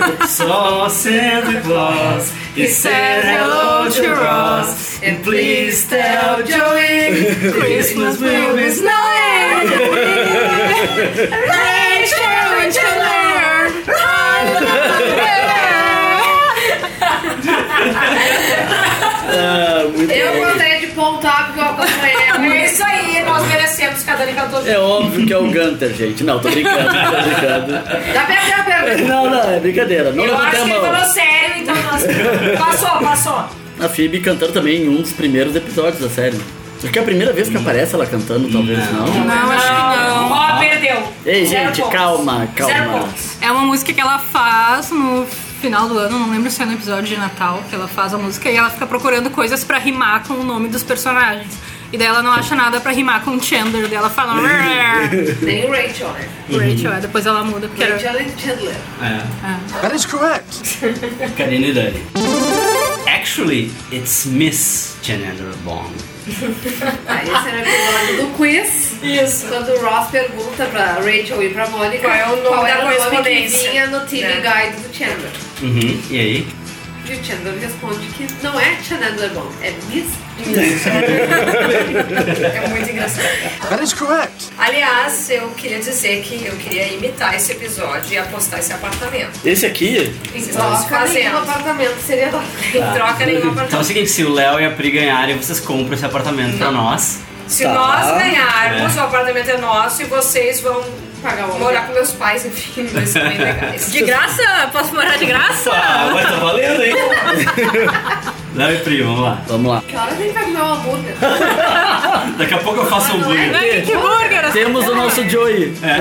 Speaker 1: Monica. Só Santa Claus. He said hello to Ross. And please tell Joey Christmas will be snowing.
Speaker 2: Ah, muito
Speaker 3: Eu gostaria de pontuar porque eu acompanhei a
Speaker 4: É isso aí, nós
Speaker 3: assim,
Speaker 4: merecemos cada ligador.
Speaker 2: É óbvio que é o Gunter, gente. Não, tô brincando, tô brincando.
Speaker 3: Dá pra ver a pergunta.
Speaker 2: Não, não, é brincadeira. Não
Speaker 4: Eu acho que ele
Speaker 2: levantei a
Speaker 4: falou
Speaker 2: mão.
Speaker 4: sério, então nós. Passou, passou.
Speaker 2: A Phoebe cantando também em um dos primeiros episódios da série. Acho que é a primeira vez que aparece ela cantando, talvez não.
Speaker 8: Não, acho que não.
Speaker 4: Ó, perdeu.
Speaker 2: Ei,
Speaker 4: Zero
Speaker 2: gente,
Speaker 4: pontos.
Speaker 2: calma,
Speaker 4: Zero
Speaker 2: calma.
Speaker 4: pontos.
Speaker 8: É uma música que ela faz no final do ano, não lembro se é no episódio de Natal que ela faz a música e ela fica procurando coisas pra rimar com o nome dos personagens. E daí ela não acha nada pra rimar com o Chandler, daí ela fala "Rrr".
Speaker 3: Nem o Rachel, né?
Speaker 8: Rachel, é, depois ela muda porque era
Speaker 3: Rachel e Chandler.
Speaker 1: É,
Speaker 9: That is correct.
Speaker 1: Karina e Dani. Actually, it's Miss Janandra Bong.
Speaker 3: Aí esse era o episódio do quiz.
Speaker 4: Isso.
Speaker 3: Quando o Ross pergunta pra Rachel e pra Mônica
Speaker 4: Qual é o nome
Speaker 3: qual era
Speaker 4: da
Speaker 3: o nome que
Speaker 4: correspondência?
Speaker 3: vinha no TV
Speaker 4: Né?
Speaker 3: Guide do Chandler.
Speaker 1: Uhum, e aí?
Speaker 3: E o Chandler responde que não é Chandler Bond, é Miss
Speaker 4: É muito engraçado.
Speaker 9: That is correct.
Speaker 4: Aliás, eu queria dizer que eu queria é imitar esse episódio e apostar esse apartamento.
Speaker 2: Esse aqui,
Speaker 4: Vocês
Speaker 3: Troca
Speaker 4: estão se
Speaker 3: nenhum
Speaker 4: fazendo.
Speaker 3: apartamento seria lá.
Speaker 4: Em troca
Speaker 8: Tá.
Speaker 4: nenhuma apartamento.
Speaker 1: Então é o seguinte, se o Léo e a Pri ganharem, vocês compram esse apartamento pra nós.
Speaker 4: Se
Speaker 2: Tá.
Speaker 4: nós ganharmos,
Speaker 1: É.
Speaker 4: o apartamento é nosso e vocês vão
Speaker 3: Pagar o
Speaker 4: morar com meus pais, enfim, vai ser bem legais.
Speaker 8: De graça? Posso morar de graça?
Speaker 10: Ah, mas tá valendo, hein?
Speaker 1: Léo e Pri, vamos lá.
Speaker 2: vamos lá.
Speaker 3: Que hora vem pra comer um hambúrguer?
Speaker 1: Daqui a pouco eu faço um
Speaker 8: Não
Speaker 1: hambúrguer.
Speaker 8: é que burger,
Speaker 2: Temos o nosso Joey.
Speaker 1: É.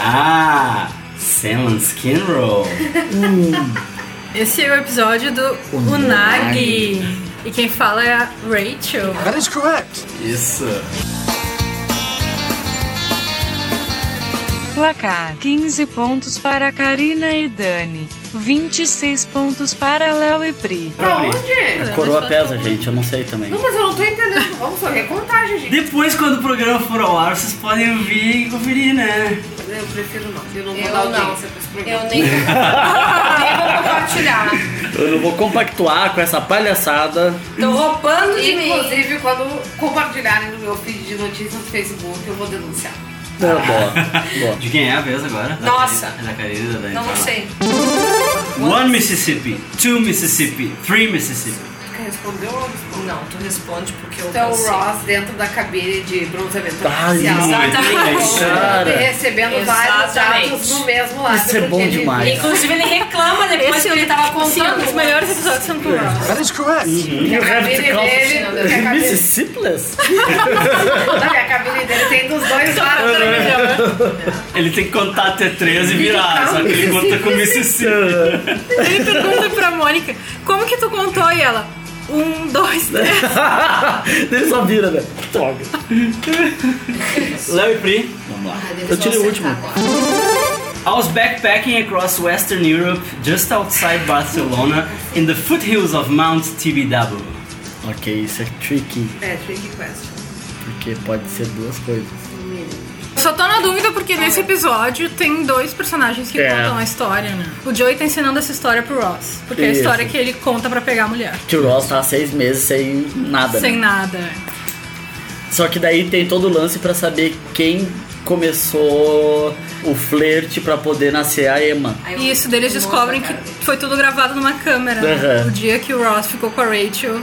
Speaker 1: Ah, Salmon Skin Roll.
Speaker 8: Esse é o episódio do Unagi. E quem fala é a Rachel.
Speaker 9: That is correct.
Speaker 1: Isso.
Speaker 11: Placar: 15 pontos para Karina e Dani, 26 pontos para Léo e Pri.
Speaker 3: Pra onde?
Speaker 2: Coroa pesa, gente, eu não sei também.
Speaker 3: Não, mas eu não tô entendendo. Vamos só recontagem, gente.
Speaker 1: Depois, quando o programa for ao ar, vocês podem vir e conferir, né?
Speaker 3: Eu prefiro não. Eu não vou
Speaker 4: Eu
Speaker 3: dar
Speaker 4: não.
Speaker 3: audiência pra esse
Speaker 4: Eu
Speaker 3: programa.
Speaker 4: nem, nem vou compartilhar.
Speaker 2: Eu não vou compactuar com essa palhaçada.
Speaker 4: Tô roubando de mim.
Speaker 3: Inclusive, quando compartilharem no meu feed de notícias no Facebook, eu vou denunciar.
Speaker 2: É,
Speaker 4: Ah.
Speaker 2: boa, boa.
Speaker 1: De quem é a vez agora? Da
Speaker 4: Nossa.
Speaker 1: Karina- Da Karina, da
Speaker 4: Não,
Speaker 1: Então,
Speaker 4: não sei.
Speaker 1: One Mississippi, two Mississippi, three Mississippi.
Speaker 3: Quer responder ou não responde?
Speaker 4: Não, tu responde porque eu
Speaker 3: Então,
Speaker 4: não
Speaker 3: o
Speaker 4: sei.
Speaker 3: Ross dentro da cabine de bronzeamento
Speaker 2: Ai,
Speaker 3: artificial.
Speaker 2: Exatamente. cara.
Speaker 3: Recebendo vários
Speaker 4: Exatamente.
Speaker 3: dados no mesmo lado.
Speaker 2: Isso é
Speaker 3: porque
Speaker 2: bom
Speaker 3: ele-
Speaker 2: demais.
Speaker 4: Inclusive, ele reclama depois
Speaker 8: Esse é um
Speaker 4: que ele tava contando.
Speaker 8: Sim, os melhores episódios são pro Ross.
Speaker 9: That is correct.
Speaker 3: Que a cabine dele, que a cabine-
Speaker 2: é Mississipless?
Speaker 3: não, que a cabine dele tem dos dois lados. né?
Speaker 1: Ele tem que contar até três e virar, só que
Speaker 10: um
Speaker 1: ele conta com Mississippi.
Speaker 8: Ele pergunta pra Mônica, como que tu contou? E ela, um, dois,
Speaker 4: Né?
Speaker 8: três.
Speaker 2: Ele só vira, velho. Droga.
Speaker 1: Léo e Pri,
Speaker 2: Vamos lá. Eu tirei o último.
Speaker 1: I was backpacking across Western Europe, just outside Barcelona, in the foothills of Mount Tibidabo.
Speaker 2: Ok, isso é tricky,
Speaker 3: É, trick question.
Speaker 2: porque pode ser duas coisas.
Speaker 8: Só tô na dúvida porque nesse episódio tem dois personagens que
Speaker 2: É.
Speaker 8: contam a história, né? O Joey tá ensinando essa história pro Ross. Porque é a
Speaker 2: Isso.
Speaker 8: história que ele conta pra pegar a mulher.
Speaker 2: Que o Ross tá há seis meses sem nada.
Speaker 8: Sem
Speaker 2: né?
Speaker 8: nada.
Speaker 2: Só que daí tem todo o lance pra saber quem começou o flerte pra poder nascer a Emma.
Speaker 8: E isso deles descobrem que foi tudo gravado numa câmera. né?
Speaker 2: Aham.
Speaker 8: O dia que o Ross ficou com a Rachel,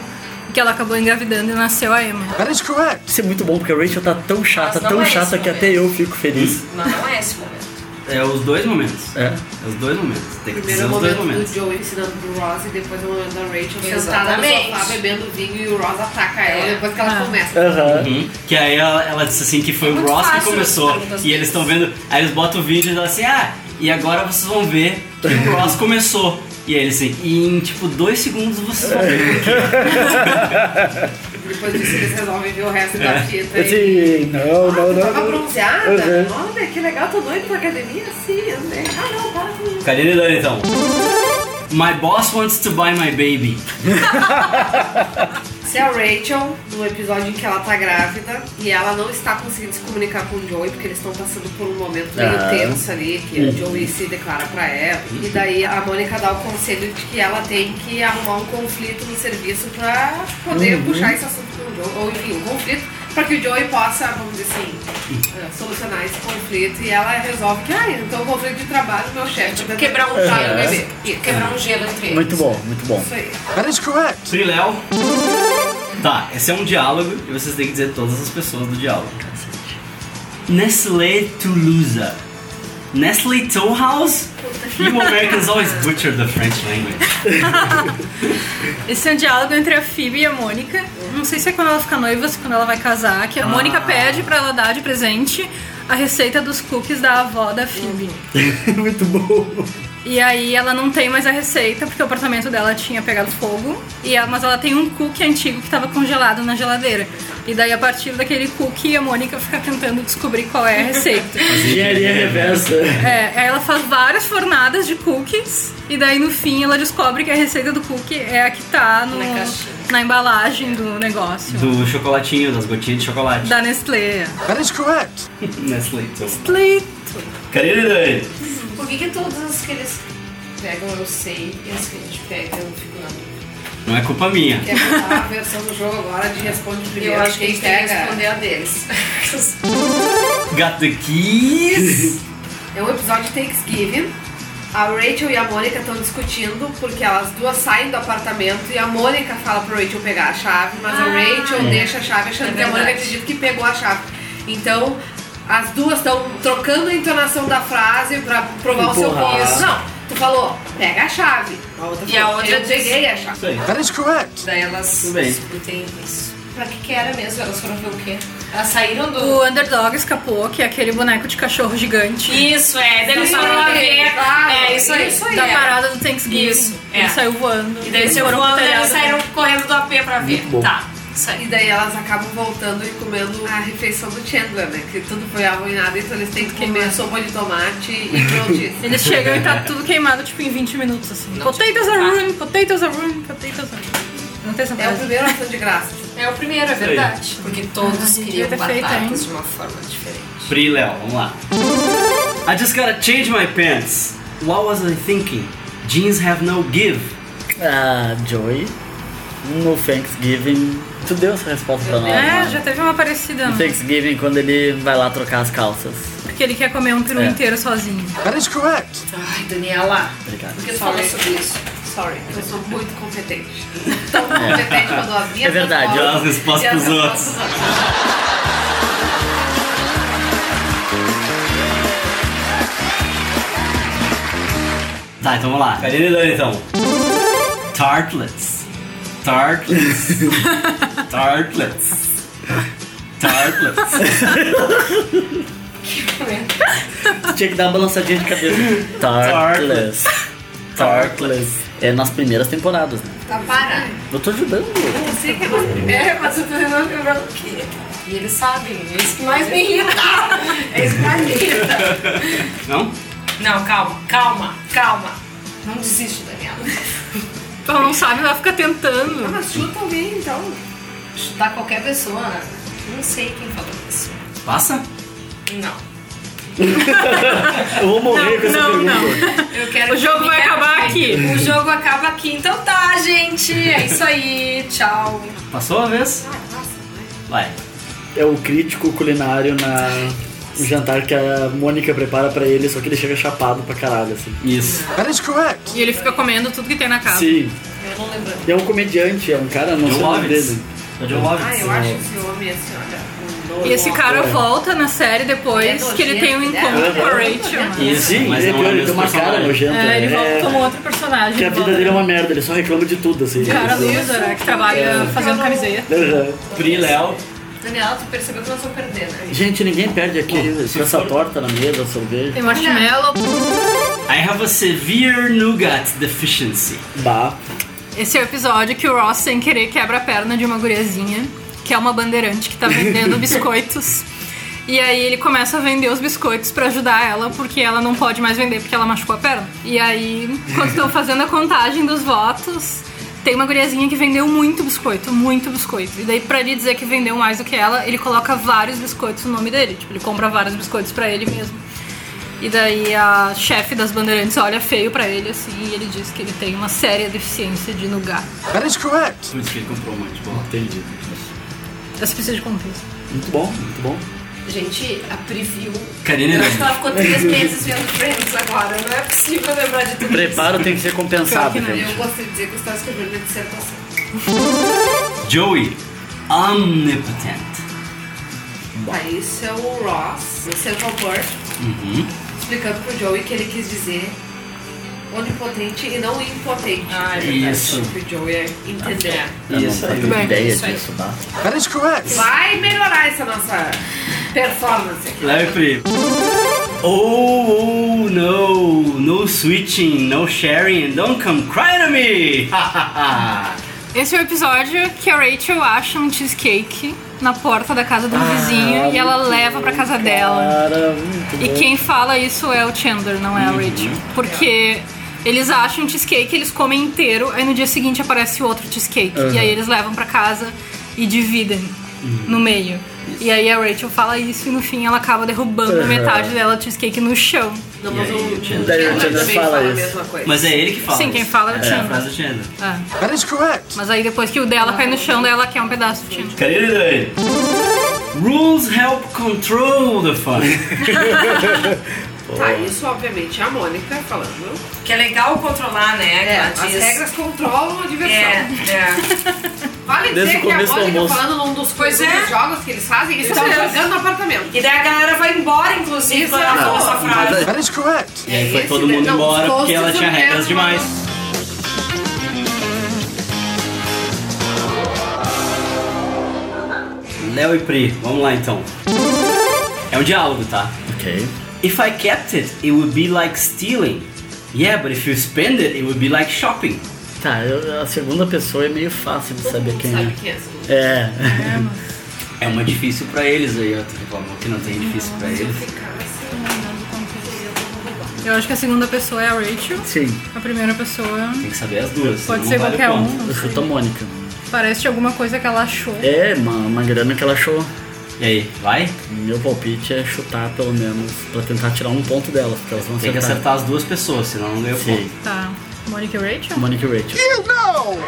Speaker 8: que ela acabou engravidando e nasceu a Emma.
Speaker 9: That is correct.
Speaker 2: Isso é muito bom, porque a Rachel tá tão chata,
Speaker 4: Mas não
Speaker 2: tão
Speaker 4: é
Speaker 2: chata
Speaker 4: esse
Speaker 2: que
Speaker 4: momento.
Speaker 2: até eu fico feliz.
Speaker 4: Não, não é esse momento.
Speaker 1: É os dois momentos.
Speaker 4: Hum.
Speaker 2: É.
Speaker 1: É os dois momentos. Tem que
Speaker 3: Primeiro
Speaker 1: ser
Speaker 3: é o
Speaker 1: os dois
Speaker 3: momento do
Speaker 1: momentos.
Speaker 3: Joe ensinando pro Ross e depois é o momento da Rachel sentada
Speaker 4: Exatamente. É.
Speaker 3: no sofá bebendo vinho e o Ross ataca ela depois que ela
Speaker 8: Ah.
Speaker 3: começa.
Speaker 2: Aham.
Speaker 1: Uhum. Que aí ela, ela disse assim que foi o
Speaker 4: Muito
Speaker 1: Ross que
Speaker 4: fácil
Speaker 1: começou.
Speaker 4: essas perguntas.
Speaker 1: E eles estão vendo. Aí eles botam o vídeo e falam assim, ah, e agora vocês vão ver que o Ross começou. E aí eles assim, e em tipo dois segundos vocês vão ver.
Speaker 3: Depois disso eles resolvem ver o resto da fita. e...
Speaker 2: Esse. Não, não, não.
Speaker 3: Tava
Speaker 2: não.
Speaker 3: bronzeada?
Speaker 2: Uhum.
Speaker 3: Olha, que legal, tô doido pra academia? Sim, eu sei. Ah, não, para com isso.
Speaker 1: Cadê ele Dani, então? My boss wants to buy my baby.
Speaker 3: Se é a Rachel, no episódio em que ela tá grávida e ela não está conseguindo se comunicar com o Joey, porque eles estão passando por um momento meio
Speaker 2: Ah. Uhum.
Speaker 3: tenso ali, que o Joey se declara pra ela. E daí a Mônica dá o conselho de que ela tem que arrumar um conflito no serviço pra poder
Speaker 2: Uhum.
Speaker 3: puxar esse assunto com o Joey, ou enfim, um conflito, pra que o Joey possa, vamos dizer assim,
Speaker 2: Uhum.
Speaker 3: eh, solucionar esse conflito. E ela resolve que, ah, então o conflito de trabalho, meu chefe, tá
Speaker 4: Quebrar um
Speaker 3: tentando puxar
Speaker 4: gelo.
Speaker 3: o bebê.
Speaker 4: E Quebrar um gelo entre eles.
Speaker 2: Muito bom, muito bom.
Speaker 3: Isso aí.
Speaker 9: That is correct.
Speaker 1: Pri Léo. Tá, esse é um diálogo e vocês têm que dizer todas as pessoas do diálogo. Nestlé Toulouse. Nestlé Tollhouse? You Americans always butcher the French language.
Speaker 8: Esse é um diálogo entre a Phoebe e a Mônica. Não sei se é quando ela fica noiva ou se quando ela vai casar,
Speaker 2: Ah.
Speaker 8: que a Mônica pede pra ela dar de presente a receita dos cookies da avó da Phoebe.
Speaker 2: Uhum. muito bom.
Speaker 8: E aí ela não tem mais a receita, porque o apartamento dela tinha pegado fogo. E ela- mas ela tem um cookie antigo que tava congelado na geladeira. E daí, a partir daquele cookie, a Mônica fica tentando descobrir qual é a receita.
Speaker 2: Engenharia reversa.
Speaker 8: É, aí ela faz várias fornadas de cookies e daí no fim ela descobre que a receita do cookie é a que tá no-
Speaker 4: Na
Speaker 8: na,
Speaker 4: caixinha.
Speaker 8: embalagem do negócio.
Speaker 1: Do chocolatinho, das gotinhas de chocolate.
Speaker 8: Da Nestlé.
Speaker 9: That is correct.
Speaker 1: Nestlé. Então.
Speaker 8: Nestlé.
Speaker 1: Karina e Dani.
Speaker 4: é Por que, que todos aqueles
Speaker 3: pegam, eu sei, e as que a gente pega, eu não fico na dúvida.
Speaker 1: Não é culpa minha.
Speaker 3: Quer botar a versão do jogo agora de responde primeiro?
Speaker 4: Eu acho que a
Speaker 3: quem
Speaker 4: gente tem que
Speaker 3: pega?
Speaker 4: responder a deles.
Speaker 1: Got the keys.
Speaker 3: É um episódio de Thanksgiving. A Rachel e a Mônica estão discutindo porque elas duas saem do apartamento e a Mônica fala pro Rachel pegar a chave, mas a
Speaker 4: Ah.
Speaker 3: Rachel
Speaker 4: É.
Speaker 3: deixa a chave achando
Speaker 4: É
Speaker 3: que a Mônica
Speaker 4: verdade.
Speaker 3: acredita que pegou a chave. Então as duas estão trocando a entonação da frase pra provar o seu
Speaker 5: Empurrar.
Speaker 3: ponto. Não, tu falou, pega a chave. A outra
Speaker 4: E
Speaker 3: falou,
Speaker 4: a outra
Speaker 3: eu
Speaker 4: diz-
Speaker 3: peguei a chave.
Speaker 4: Isso aí. That is
Speaker 9: correct.
Speaker 4: Daí elas
Speaker 1: Tudo bem.
Speaker 4: discutem isso. Pra que que era mesmo? Elas foram ver o quê? Elas saíram do...
Speaker 8: O Underdog escapou, que é aquele boneco de cachorro gigante.
Speaker 4: Isso, é. Daí eles
Speaker 8: Sim,
Speaker 4: foram lá ver.
Speaker 8: claro,
Speaker 4: É, isso aí.
Speaker 8: isso aí, Da é. parada do Thanksgiving.
Speaker 4: Isso, é.
Speaker 8: Ele saiu voando.
Speaker 4: E daí eles
Speaker 8: Eles
Speaker 4: foram
Speaker 8: foram pro
Speaker 4: voando, eles
Speaker 8: telhado.
Speaker 4: saíram correndo do AP pra ver.
Speaker 8: Muito bom.
Speaker 4: Tá.
Speaker 3: E daí elas acabam voltando e comendo a refeição do Chandler, né? Que tudo foi arruinado, então eles têm que comer sopa de tomate e grondis.
Speaker 8: Eles chegam e tá tudo queimado, tipo, em 20 minutos, assim. potatoes are
Speaker 4: tipo,
Speaker 8: ruined, potatoes are ruined, potatoes are ruined. Não tem essa
Speaker 3: É o
Speaker 8: frase.
Speaker 3: primeiro ação de graça.
Speaker 4: É o primeiro, é
Speaker 8: Isso aí.
Speaker 4: verdade. Porque todos
Speaker 8: Ah,
Speaker 4: queriam
Speaker 8: devia ter feito,
Speaker 4: batatas
Speaker 8: hein?
Speaker 4: de uma forma diferente.
Speaker 1: Pri e Léo, vamos lá. I just gotta change my pants. What was I thinking? Jeans have no give.
Speaker 2: Ah, Joey, no Thanksgiving, tu deu essa resposta pra nós.
Speaker 8: É,
Speaker 2: né?
Speaker 8: já teve uma parecida.
Speaker 2: No
Speaker 8: né?
Speaker 2: Thanksgiving, quando ele vai lá trocar as calças.
Speaker 8: Porque ele quer comer um peru
Speaker 2: É.
Speaker 8: inteiro sozinho.
Speaker 9: That is correct.
Speaker 4: Ai, Daniela.
Speaker 2: Obrigado.
Speaker 4: Por que tu falou sobre isso?
Speaker 3: Sorry, eu sou muito competente. Tão competente quando a minha
Speaker 2: É verdade,
Speaker 3: resposta-
Speaker 2: eu dou as respostas
Speaker 3: e as
Speaker 2: pros
Speaker 3: respostas dos outros.
Speaker 1: Tá, então vamos lá. Cadê ele então? Tartlets. Tartlets. Tartlets. Tartlets.
Speaker 2: Tu tinha que dar uma balançadinha de cabeça. Tartless. Tartless. É nas primeiras temporadas, né?
Speaker 4: Tá parado.
Speaker 2: Eu tô ajudando.
Speaker 4: Eu sei que é uma primeira, mas eu tô tentando lembrar o quê? E eles sabem, é isso que mais me irrita. É isso que mais me irrita.
Speaker 1: Não?
Speaker 4: Não, calma, calma, calma. Não desiste, Daniela.
Speaker 8: Então não sabe, ela fica tentando.
Speaker 4: Ah, mas chuta alguém, então. Chutar qualquer pessoa, né? Não sei quem falou isso.
Speaker 1: Passa?
Speaker 4: Não.
Speaker 2: Eu vou morrer com essa pergunta.
Speaker 4: Eu quero
Speaker 8: O jogo
Speaker 4: que me
Speaker 8: vai
Speaker 4: quero
Speaker 8: acabar
Speaker 4: que-
Speaker 8: aqui.
Speaker 4: O jogo acaba aqui. Então tá, gente. É isso aí. Tchau.
Speaker 1: Passou a vez? Vai.
Speaker 2: É o crítico culinário na no jantar que a Mônica prepara pra ele, só que ele chega chapado pra caralho, assim.
Speaker 1: Isso.
Speaker 2: That is correct.
Speaker 8: E ele fica comendo tudo que tem na casa.
Speaker 2: Sim.
Speaker 3: Eu não lembro.
Speaker 2: É um comediante, é um cara, não
Speaker 1: John
Speaker 2: sei o nome
Speaker 1: Lovitz.
Speaker 2: dele.
Speaker 1: É John Lovitz.
Speaker 3: Ah, eu acho esse homem assim, olha. um
Speaker 8: E esse
Speaker 3: nojo.
Speaker 2: É.
Speaker 8: cara volta na série depois
Speaker 3: Ele é
Speaker 8: que ele tem um
Speaker 4: Uhum.
Speaker 3: nojento,
Speaker 8: encontro
Speaker 2: né?
Speaker 8: com a Rachel. né?
Speaker 1: Isso,
Speaker 2: Sim,
Speaker 1: mas
Speaker 2: ele,
Speaker 1: não é o
Speaker 2: ele
Speaker 1: mesmo
Speaker 2: tem uma cara
Speaker 1: personagem.
Speaker 2: nojenta.
Speaker 8: É, ele volta
Speaker 2: é-
Speaker 8: como outro personagem.
Speaker 2: Que a vida
Speaker 8: volta.
Speaker 2: dele é uma merda, ele só reclama de tudo, assim.
Speaker 8: Cara
Speaker 2: Ele-
Speaker 8: loser, né, que trabalha
Speaker 2: É.
Speaker 8: fazendo camiseta.
Speaker 2: Aham.
Speaker 1: Pri e Léo.
Speaker 4: Daniela, tu percebeu que nós vamos perder, né?
Speaker 2: Gente, ninguém perde aqui com essa torta na mesa, sorvete.
Speaker 8: Tem marshmallow.
Speaker 1: I have a severe nougat deficiency.
Speaker 2: Bah.
Speaker 8: Esse é o episódio que o Ross, sem querer, quebra a perna de uma guriazinha, que é uma bandeirante que tá vendendo biscoitos. E aí ele começa a vender os biscoitos pra ajudar ela, porque ela não pode mais vender porque ela machucou a perna. E aí, quando estão fazendo a contagem dos votos, tem uma guriazinha que vendeu muito biscoito, muito biscoito. E daí, pra ele dizer que vendeu mais do que ela, ele coloca vários biscoitos no nome dele. Tipo, ele compra vários biscoitos pra ele mesmo. E daí a chefe das bandeirantes olha feio pra ele assim e ele diz que ele tem uma séria deficiência de nugar.
Speaker 9: That is correct.
Speaker 1: Putz, que ele comprou um monte de bola.
Speaker 2: Entendi.
Speaker 8: Essa precisa de contexto.
Speaker 2: Muito bom, muito bom.
Speaker 4: Gente, a preview.
Speaker 1: Karine
Speaker 4: Eu
Speaker 1: Leme.
Speaker 4: acho que ela ficou três meses vendo Friends agora. Não é possível lembrar de tudo.
Speaker 2: Preparo tem que ser compensado,
Speaker 3: Eu
Speaker 2: gente.
Speaker 3: gosto de dizer que eu estava escrevendo minha dissertação.
Speaker 1: Joey. Omnipotent.
Speaker 3: Aí isso é o Ross, do Central Park,
Speaker 1: Uhum.
Speaker 3: explicando pro Joey que ele quis dizer onipotente e não impotente. Ah,
Speaker 1: é verdade. Tá Isso.
Speaker 3: Que o Joey é entendeu.
Speaker 1: Isso aí.
Speaker 2: Não faço ideia
Speaker 3: Isso aí.
Speaker 2: disso, tá?
Speaker 9: That is correct.
Speaker 3: Vai melhorar essa nossa performance aqui.
Speaker 1: Léo e Pri. Oh, oh, no. No switching, no sharing, and don't come cry to me.
Speaker 8: Esse é o episódio que a Rachel acha um cheesecake na porta da casa de um vizinho e ela leva pra casa dela.
Speaker 2: Cara, muito
Speaker 8: E
Speaker 2: bom.
Speaker 8: quem fala isso é o Chandler, não é a Rachel. Porque eles acham um cheesecake, eles comem inteiro, aí no dia seguinte aparece outro cheesecake.
Speaker 2: Uhum.
Speaker 8: E aí eles levam pra casa e dividem no meio. E aí a Rachel fala isso e no fim ela acaba derrubando
Speaker 2: Uhum.
Speaker 8: metade dela de cheesecake no chão.
Speaker 3: Não, mas o Chandler
Speaker 2: Daí o
Speaker 3: também
Speaker 2: Chandler fala
Speaker 3: fala a
Speaker 2: isso.
Speaker 3: mesma coisa.
Speaker 1: Mas é ele que fala.
Speaker 8: Sim, quem fala é o
Speaker 1: é,
Speaker 8: Chandler.
Speaker 1: a frase do Chandler.
Speaker 8: É.
Speaker 9: That is correct.
Speaker 8: Mas aí depois que o dela cai no chão, daí ela quer um pedaço de Chandler.
Speaker 1: Querido Dani. Rules help control the fun.
Speaker 3: Tá, isso obviamente é a Mônica falando.
Speaker 4: Que é legal controlar, né? que
Speaker 3: É,
Speaker 4: ela
Speaker 3: as
Speaker 4: diz. É,
Speaker 3: regras controlam a diversão. Vale
Speaker 4: Desde
Speaker 3: dizer
Speaker 4: o
Speaker 3: que a
Speaker 4: começo do
Speaker 3: Mônica
Speaker 4: almoço.
Speaker 3: falando num dos,
Speaker 4: Pois
Speaker 3: um
Speaker 4: é.
Speaker 3: dos jogos que eles fazem, eles
Speaker 4: Isso
Speaker 3: estão
Speaker 4: mesmo.
Speaker 3: jogando no apartamento.
Speaker 4: E daí a galera vai embora, inclusive, quando ela falou essa frase.
Speaker 9: That is correct.
Speaker 1: E aí foi
Speaker 4: Esse
Speaker 3: é
Speaker 1: todo
Speaker 4: daí-
Speaker 1: mundo
Speaker 4: não,
Speaker 1: embora
Speaker 4: os
Speaker 1: porque ela
Speaker 4: posts
Speaker 1: tinha
Speaker 4: eu
Speaker 1: regras
Speaker 4: quero,
Speaker 1: demais. Léo e Pri, vamos lá então. É um diálogo, tá?
Speaker 2: Ok.
Speaker 1: If I kept it, it would be like stealing. Yeah, but if you spend it, it would be like shopping.
Speaker 2: Tá, eu- a segunda pessoa é meio fácil de saber quem
Speaker 3: Sabe
Speaker 2: é.
Speaker 3: quem é essa?
Speaker 2: É.
Speaker 1: É uma difícil pra eles aí, ó. Tu reclamou que não tem difícil pra eles.
Speaker 8: Eu acho que a segunda pessoa é a Rachel.
Speaker 2: Sim.
Speaker 8: A primeira pessoa
Speaker 1: Tem que saber as duas.
Speaker 8: Pode
Speaker 1: senão
Speaker 8: ser
Speaker 1: vale
Speaker 8: qualquer
Speaker 1: ponto.
Speaker 8: um,
Speaker 2: Eu chuto a Mônica.
Speaker 8: parece de alguma coisa que ela achou.
Speaker 2: É, uma, uma grana que ela achou.
Speaker 8: um.
Speaker 1: E aí, vai?
Speaker 2: Meu palpite é chutar pelo menos pra tentar tirar um ponto delas, porque elas vão
Speaker 1: Tem que acertar as duas pessoas, senão não ganha o
Speaker 2: Sim.
Speaker 1: ponto.
Speaker 8: Tá. Mônica e Rachel?
Speaker 2: Mônica e Rachel.
Speaker 9: You know!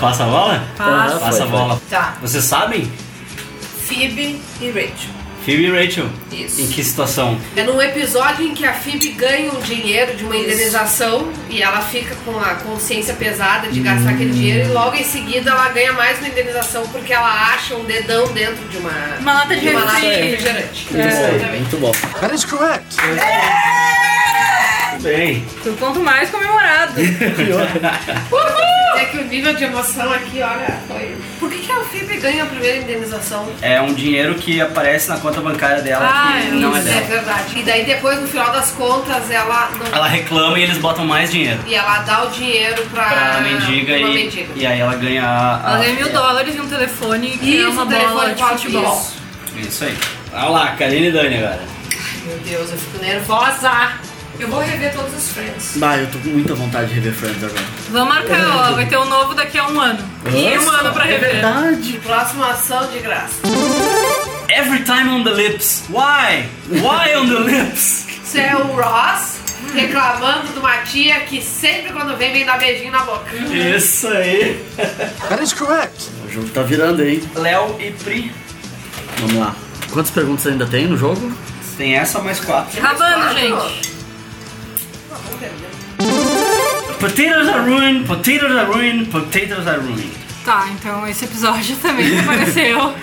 Speaker 1: Passa a bola?
Speaker 4: Passa.
Speaker 1: Passa a
Speaker 4: Foi, foi.
Speaker 1: bola.
Speaker 4: Tá.
Speaker 1: Vocês sabem?
Speaker 4: Phoebe e Rachel.
Speaker 1: Phoebe e Rachel.
Speaker 4: Isso.
Speaker 1: Em que situação?
Speaker 3: É num episódio em que a Phoebe ganha um dinheiro de uma indenização e ela fica com a consciência pesada de gastar
Speaker 1: Hum.
Speaker 3: aquele dinheiro e logo em seguida ela ganha mais uma indenização porque ela acha um dedão dentro de uma,
Speaker 8: Uma lata de
Speaker 3: uma lata de É.
Speaker 8: refri.
Speaker 3: refrigerante.
Speaker 1: É.
Speaker 3: Então,
Speaker 2: Muito bom, muito bom.
Speaker 9: That is correct.
Speaker 1: Tudo bem.
Speaker 8: Foi o ponto mais comemorado.
Speaker 3: Uhul! É que o nível de emoção aqui, olha, foi. Por que, que a Phoebe ganha a primeira indenização?
Speaker 1: É um dinheiro que aparece na conta bancária dela
Speaker 8: Ah,
Speaker 1: que não é
Speaker 3: Isso é
Speaker 1: dela.
Speaker 3: verdade. E daí depois, no final das contas, ela não.
Speaker 1: Ela reclama e eles botam mais dinheiro.
Speaker 3: E ela dá o dinheiro pra,
Speaker 1: Pra mendiga
Speaker 3: Ah, uma
Speaker 1: e,
Speaker 3: mendiga.
Speaker 1: e aí ela ganha a. a-
Speaker 8: Ela ganha mil dólares e um telefone que é
Speaker 3: Isso,
Speaker 8: uma
Speaker 3: o telefone
Speaker 8: bola de
Speaker 3: fala
Speaker 8: futebol.
Speaker 3: isso.
Speaker 1: É Isso aí. Olha lá, Karine e Dani agora.
Speaker 3: Meu Deus, eu fico nervosa.
Speaker 4: Eu vou rever todos os Friends.
Speaker 2: Bah, eu tô com muita vontade de rever Friends agora.
Speaker 8: Vamos marcar, ó. Vai ter um novo daqui a um ano. Tem um ano pra
Speaker 2: é
Speaker 8: rever.
Speaker 2: verdade.
Speaker 3: Próxima ação de graça.
Speaker 1: Every time on the lips. Why? Why on the lips?
Speaker 3: Isso é o Ross reclamando de uma tia que sempre quando vem, vem dar beijinho na boca.
Speaker 1: Isso aí.
Speaker 9: That is correct.
Speaker 2: O jogo tá virando, hein?
Speaker 1: Léo e Pri.
Speaker 2: Vamos lá. Quantas perguntas ainda tem no jogo?
Speaker 1: Tem essa mais quatro.
Speaker 8: Acabando, gente.
Speaker 1: Potatoes are ruined, potatoes are ruined, potatoes are ruined.
Speaker 8: Tá, então esse episódio também apareceu.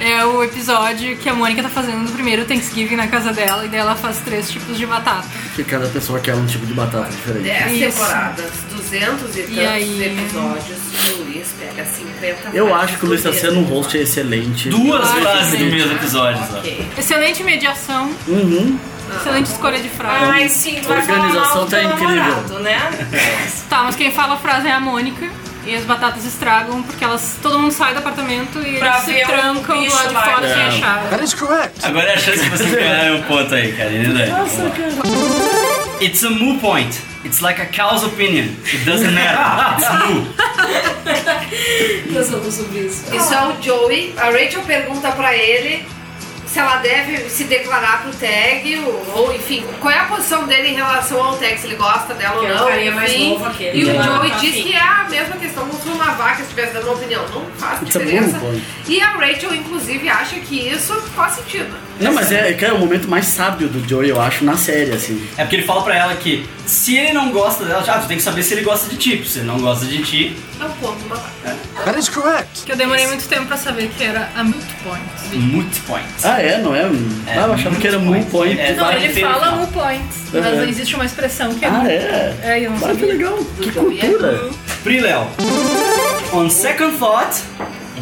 Speaker 8: É o episódio que a Mônica tá fazendo no primeiro Thanksgiving na casa dela e daí ela faz três tipos de batata.
Speaker 2: Que cada pessoa quer um tipo de batata diferente.
Speaker 3: Dez
Speaker 8: Isso.
Speaker 3: temporadas, 200 e,
Speaker 8: E
Speaker 3: tantos
Speaker 8: aí?
Speaker 3: episódios. E o Luiz pega 50
Speaker 2: Eu
Speaker 3: partes
Speaker 2: acho que o Luiz
Speaker 3: do
Speaker 2: tá sendo um
Speaker 3: mesmo
Speaker 2: host excelente.
Speaker 1: É, Duas
Speaker 8: Ai,
Speaker 1: frases do
Speaker 8: gente.
Speaker 1: mesmo episódio,
Speaker 3: episódio.
Speaker 1: só.
Speaker 3: Ok.
Speaker 2: então,
Speaker 8: Excelente mediação,
Speaker 2: Uhum.
Speaker 8: excelente escolha de frase.
Speaker 4: Ai, sim, tu vai falar
Speaker 2: Organização
Speaker 4: mal do
Speaker 2: tá
Speaker 4: teu
Speaker 2: incrível.
Speaker 4: namorado, né?
Speaker 8: Tá, mas quem fala a frase é a Mônica. E as batatas estragam porque elas, todo mundo sai do apartamento e
Speaker 4: Pra
Speaker 8: eles se
Speaker 4: ver o
Speaker 8: trancam do
Speaker 4: bicho
Speaker 8: lado de
Speaker 4: lá.
Speaker 8: fora sem
Speaker 2: É.
Speaker 8: a chave.
Speaker 9: That is correct.
Speaker 1: Agora é a chance de vocês ganharem um ponto aí, Karine e Dani. Nossa, cara. It's a moo point. It's like a cow's opinion. It doesn't matter. It's moo.
Speaker 4: Nós vamos subir isso.
Speaker 3: Isso é o Joey. A Rachel pergunta pra ele se ela deve se declarar pro tag, ou, ou, enfim, qual é a posição dele em relação ao tag, se ele gosta dela
Speaker 4: Que
Speaker 3: ou
Speaker 4: é o
Speaker 3: não.
Speaker 4: carinha mais
Speaker 3: enfim.
Speaker 4: novo aquele.
Speaker 3: E o
Speaker 4: Uhum.
Speaker 3: Joey
Speaker 4: Tá
Speaker 3: diz
Speaker 4: afim.
Speaker 3: que é a mesma questão como se uma vaca estivesse dando uma opinião. Não faz
Speaker 2: It's a
Speaker 3: diferença.
Speaker 2: bom point.
Speaker 3: E a Rachel, inclusive, acha que isso faz sentido.
Speaker 2: Não, mas é, cara, é o momento mais sábio do Joey, eu acho, na série, assim.
Speaker 1: É porque ele fala pra ela que se ele não gosta dela, ah, tu tem que saber se ele gosta de ti. Se ele não gosta de ti,
Speaker 3: Não como uma um vaca.
Speaker 9: That is correct.
Speaker 8: Que eu demorei muito tempo pra saber que era a Mute Point.
Speaker 1: moot point.
Speaker 2: Ah, é? Não é?
Speaker 1: É,
Speaker 2: ah, eu achava que era
Speaker 1: muito
Speaker 2: Moon Point.
Speaker 1: É,
Speaker 8: Não,
Speaker 1: vai
Speaker 8: ele
Speaker 1: ter,
Speaker 8: fala
Speaker 1: não.
Speaker 8: Mule Point, mas
Speaker 2: Uhum.
Speaker 8: existe uma expressão que é
Speaker 2: Ah,
Speaker 8: Mule.
Speaker 2: é?
Speaker 8: É, eu não
Speaker 2: Ah, que
Speaker 8: sabia.
Speaker 2: legal. Que
Speaker 1: é
Speaker 2: cultura.
Speaker 1: Pri Léo. On second thought,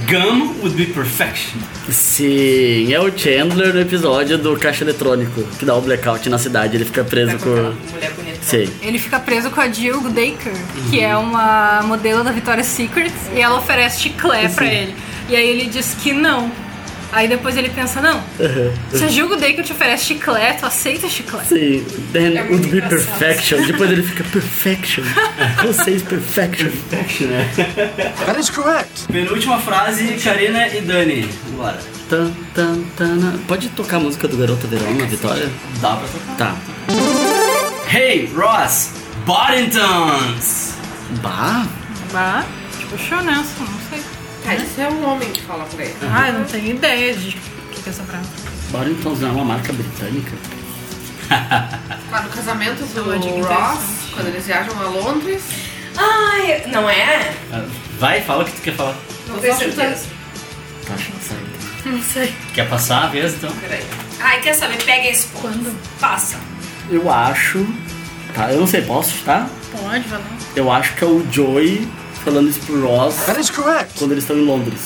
Speaker 1: gum would be perfection.
Speaker 2: Sim, é o Chandler no episódio do caixa eletrônico, que dá o blackout na cidade, ele fica preso com...
Speaker 4: Mulher bonita.
Speaker 2: Sim.
Speaker 8: Ele fica preso com a Jill Daker, que é uma modelo da Victoria's Secret, e ela oferece chiclé pra ele. E aí ele diz que não. Aí depois ele pensa, não, se é jogo day que eu te oferece chiclete, tu aceita chiclete.
Speaker 2: Sim, then
Speaker 8: É
Speaker 2: it
Speaker 8: muito
Speaker 2: would be
Speaker 8: engraçado.
Speaker 2: perfection. Depois ele fica perfection. Você is perfection. Perfection, é.
Speaker 1: That is correct. Penúltima frase, Karina e Dani. Bora.
Speaker 2: Tan, tan, tana. Pode tocar a música do Garota Verona, Vitória?
Speaker 1: Dá pra tocar.
Speaker 2: Tá.
Speaker 1: Hey, Ross! Boddingtons!
Speaker 2: Bah!
Speaker 8: Bah, tipo, Shonelson, não sei.
Speaker 3: Ah, isso é um homem que fala pra ele.
Speaker 8: Ah, eu não tenho ideia de o que que é essa frase.
Speaker 2: Boddingtons não é uma marca britânica?
Speaker 3: Mas no casamento Tá, do
Speaker 4: uma dica
Speaker 3: Ross, quando eles viajam a Londres,
Speaker 4: Ai, não é?
Speaker 2: Ah,
Speaker 1: Vai, fala o que tu quer falar.
Speaker 4: Não tenho certeza.
Speaker 2: Tá, acho que sai.
Speaker 4: Não sei.
Speaker 1: Quer passar a vez, então?
Speaker 4: Peraí. Ai, quer saber? Pega esse ponto. Quando? Passa.
Speaker 2: Eu acho. Tá, eu não sei, posso chutar?
Speaker 8: Pode, vai lá.
Speaker 2: Eu acho que é o Joey falando isso pro Ross. That is correct. Quando eles estão em Londres.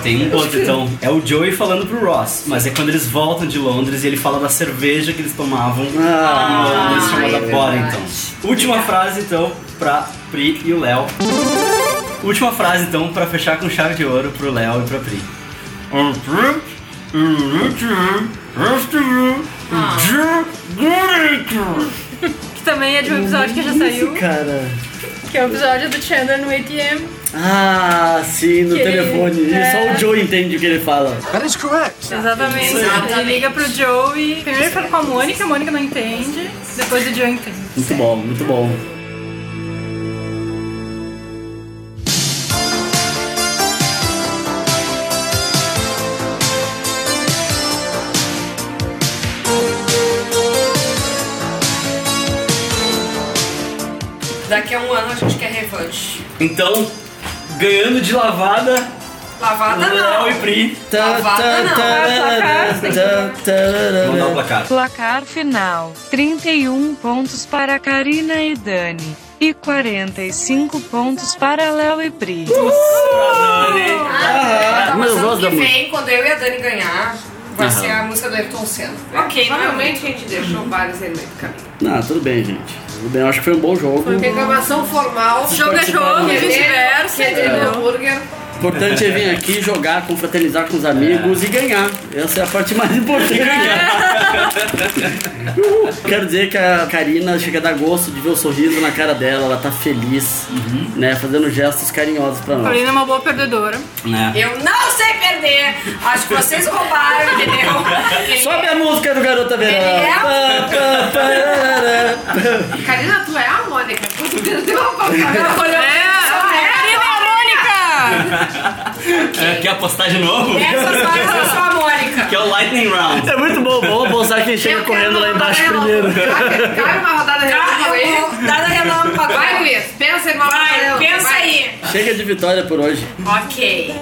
Speaker 1: Tem um outro, então. É o Joey falando pro Ross, mas é quando eles voltam de Londres e ele fala da cerveja que eles tomavam
Speaker 2: Ah,
Speaker 1: em Londres,
Speaker 2: é
Speaker 1: chamada
Speaker 2: verdade.
Speaker 1: Boddingtons. Última frase, então, pra Pri e o Léo. Última frase, então, pra fechar com chave de ouro pro Léo e pra Pri.
Speaker 8: Que também é de um episódio que já saiu,
Speaker 2: Cara.
Speaker 8: que é o episódio do Chandler no ATM.
Speaker 2: Ah, sim, no
Speaker 8: Que ele-
Speaker 2: telefone. E
Speaker 8: é.
Speaker 2: Só o Joey entende o que ele fala. That is correct.
Speaker 8: Exatamente. Ele liga pro Joe e primeiro ele fala com a Mônica, a Mônica não entende, depois o Joe entende.
Speaker 2: Muito bom, muito bom.
Speaker 4: Daqui a um ano a
Speaker 3: é
Speaker 4: gente quer revanche.
Speaker 1: Então, ganhando de lavada,
Speaker 2: Ah,
Speaker 4: Lavada não.
Speaker 1: Léo e Pri.
Speaker 2: Tá,
Speaker 4: Lavada não.
Speaker 2: tá.
Speaker 1: Vamos dar o placar.
Speaker 11: Placar final: 31 pontos para Karina e Dani. E 45 pontos para Léo e Pri.
Speaker 2: Tá
Speaker 4: Ah,
Speaker 11: Meu
Speaker 4: mas
Speaker 11: Deus,
Speaker 4: ano que
Speaker 11: amor.
Speaker 4: vem, quando eu e a Dani ganhar, vai
Speaker 2: Aham.
Speaker 4: ser a música do Ayrton Senna.
Speaker 3: Ok, provavelmente a gente deixou vários elementos do caminho.
Speaker 2: Não, tudo bem, gente. Tudo bem, eu acho que foi um bom jogo.
Speaker 3: Reclamação formal.
Speaker 2: Vocês Jogo é participaram. jogo, vice-versa,
Speaker 3: Querer
Speaker 2: entendeu?
Speaker 3: hambúrguer.
Speaker 2: O importante é vir aqui jogar, confraternizar com os amigos e ganhar. Essa é a parte mais importante. Uhul. Quero dizer que a Karina chega a dar gosto de ver o sorriso na cara dela, ela tá feliz, né? Fazendo gestos carinhosos pra
Speaker 8: A
Speaker 2: nós.
Speaker 8: Paulina é uma boa perdedora.
Speaker 4: Eu não sei perder. Acho que vocês roubaram, entendeu?
Speaker 2: Sobe a música do Garota Verão.
Speaker 4: Ele é-
Speaker 2: Pá, pá, parará.
Speaker 3: Karina, tu é a Mônica. Tu perdeu a palavra.
Speaker 8: é,
Speaker 1: É, quer apostar de novo?
Speaker 4: Essas horas eu sou a Mônica.
Speaker 1: Que é o Lightning Round.
Speaker 2: É muito bom, vamos postar quem chega correndo lá embaixo primeiro.
Speaker 3: Cabe uma rodada
Speaker 4: Ah, eu
Speaker 3: relâmpago
Speaker 4: vou dar na relâmpago.
Speaker 3: Vai, Luiz. Pensa em uma
Speaker 4: Vai,
Speaker 3: rodada
Speaker 4: pensa
Speaker 3: relâmpago.
Speaker 4: aí.
Speaker 2: Chega de vitória por hoje.
Speaker 4: Ok.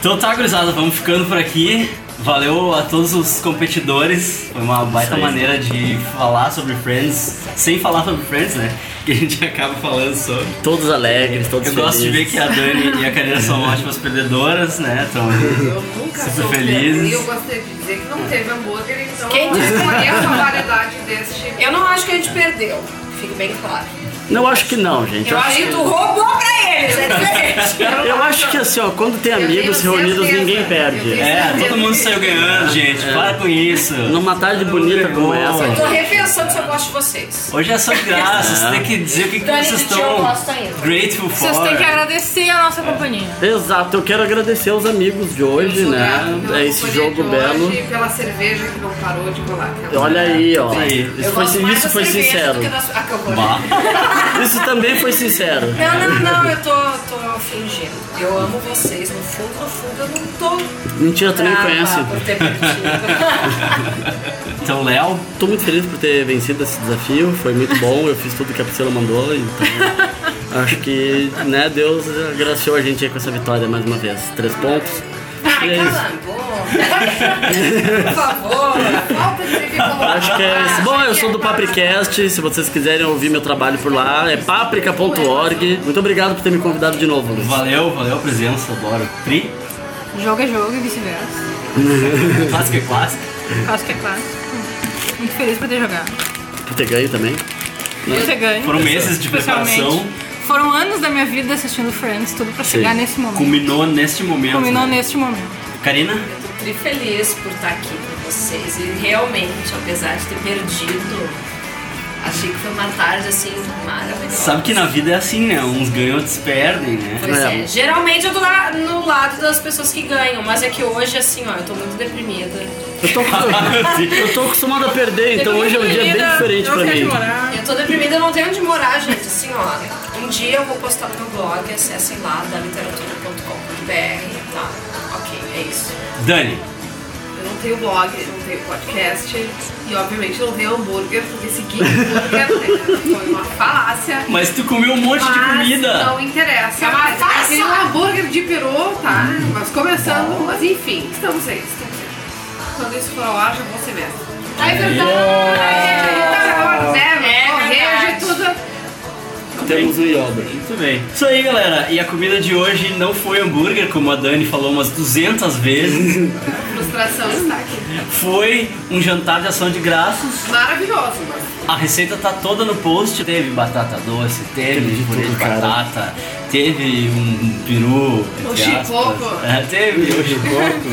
Speaker 1: Então tá, gurizada, vamos ficando por aqui. Valeu a todos os competidores. Foi uma baita
Speaker 2: aí.
Speaker 1: maneira de falar sobre Friends, sem falar sobre Friends, né? Que a gente acaba falando sobre.
Speaker 2: Todos alegres, todos
Speaker 1: Eu gosto de ver
Speaker 2: felizes.
Speaker 1: que a Dani e a Karina são ótimas perdedoras, né? Estão
Speaker 3: Nunca
Speaker 1: super
Speaker 3: sou feliz. E eu
Speaker 1: felizes.
Speaker 3: gostaria de dizer que não teve hambúrguer, então
Speaker 4: Quem disse que
Speaker 3: eu
Speaker 4: não?
Speaker 3: conheço a variedade deste.
Speaker 4: Eu não acho que a gente perdeu. Fique bem claro.
Speaker 2: Não acho que não, gente.
Speaker 4: Eu acho que tu roubou pra eles. É diferente.
Speaker 2: Eu acho que assim, ó, quando tem amigos reunidos, ninguém perde. É,
Speaker 1: É, todo mundo saiu ganhando, gente. Para com isso.
Speaker 2: Numa tarde bonita como essa,
Speaker 4: Tô
Speaker 2: gente.
Speaker 4: repensando se eu gosto de vocês.
Speaker 1: Hoje é só graça, você tem que dizer o que, que
Speaker 4: Dani,
Speaker 1: vocês
Speaker 4: de ti eu
Speaker 1: estão
Speaker 4: gosto ainda.
Speaker 1: grateful for.
Speaker 8: Vocês têm que agradecer a nossa companhia.
Speaker 2: Exato, eu quero agradecer aos amigos de hoje, né? É esse jogo belo.
Speaker 3: E pela cerveja que não parou de rolar. aquela-
Speaker 2: Olha aí, ó. Isso
Speaker 4: Eu
Speaker 2: foi,
Speaker 4: gosto mais
Speaker 2: isso
Speaker 4: da
Speaker 2: foi
Speaker 4: cerveja
Speaker 2: sincero.
Speaker 4: do que da sua- Ah, que horror.
Speaker 2: Bah. Isso também foi sincero.
Speaker 4: Não, não, não, eu tô, tô fingindo. Eu amo vocês. No fundo, no fundo, eu não tô.
Speaker 2: Mentira, tu nem
Speaker 4: brava
Speaker 2: conhece.
Speaker 4: por ter perdido.
Speaker 2: Então, Léo, tô muito feliz por ter vencido esse desafio. Foi muito bom. Eu fiz tudo que a Priscila mandou. Então, Acho que, né, Deus agraciou a gente aí com essa vitória mais uma vez. Três pontos. E é isso.
Speaker 3: Por favor, falta de
Speaker 2: Acho que é isso. Bom, eu sou do Papricast. Se vocês quiserem ouvir meu trabalho por lá, é paprika.org. Muito obrigado por ter me convidado de novo, Luiz.
Speaker 1: Valeu, valeu a presença, bora. Tri?
Speaker 8: Jogo é jogo e vice-versa.
Speaker 1: clássico é clássico.
Speaker 8: Acho que é clássico. Muito feliz por ter jogado.
Speaker 2: Por ter ganho também. Né?
Speaker 8: Por ter ganho.
Speaker 1: Foram meses de
Speaker 8: especialmente.
Speaker 1: preparação.
Speaker 8: Foram anos da minha vida assistindo Friends, tudo pra chegar
Speaker 1: Sim.
Speaker 8: nesse momento.
Speaker 1: Culminou neste momento.
Speaker 8: Culminou
Speaker 1: né?
Speaker 8: neste momento.
Speaker 1: Karina?
Speaker 4: Tô tri feliz por estar aqui com vocês. E realmente, apesar de ter perdido, achei que foi uma tarde assim maravilhosa.
Speaker 1: Sabe que na vida é assim, né? Uns ganham, outros perdem, né?
Speaker 4: Pois é. Geralmente eu tô na- no lado das pessoas que ganham, mas é que hoje, assim, ó, eu tô muito deprimida.
Speaker 2: Eu tô, eu tô acostumado a perder, então hoje é um dia bem diferente pra mim.
Speaker 4: Eu tô deprimida, eu não tenho onde morar, gente. Assim, ó, um dia eu vou postar no meu blog, acessem lá, da literatura.com.br, tá? Ok, é isso.
Speaker 1: Dani.
Speaker 3: Eu não tenho blog, eu não tenho podcast e obviamente eu não tenho hambúrguer, porque esse Geek Hambúrguer né, foi uma falácia.
Speaker 1: Mas tu comeu um monte de
Speaker 3: Mas
Speaker 1: comida.
Speaker 3: Não interessa.
Speaker 4: É uma
Speaker 3: Mas
Speaker 4: farsa.
Speaker 3: tem um hambúrguer de peru, tá? Mas começando, mas enfim, estamos aí. Estamos aí. Quando isso for ao ar, já vou ser mesmo. Tá é verdade! Tá gravando, né?
Speaker 4: É
Speaker 3: Correr de
Speaker 4: verdade.
Speaker 3: tudo.
Speaker 2: Temos um yoga.
Speaker 1: Muito bem. Isso aí, galera. E a comida de hoje não foi hambúrguer, como a Dani falou umas 200 vezes.
Speaker 3: Frustração está aqui.
Speaker 1: foi um jantar de ação de graças.
Speaker 3: Maravilhoso, mas.
Speaker 1: A receita tá toda no post. Teve batata doce, teve
Speaker 2: de
Speaker 1: purê de
Speaker 2: tudo, cara.
Speaker 1: batata, teve um peru.
Speaker 3: Um
Speaker 1: entre aspas.
Speaker 3: chicoco.
Speaker 1: É, teve o chicoco.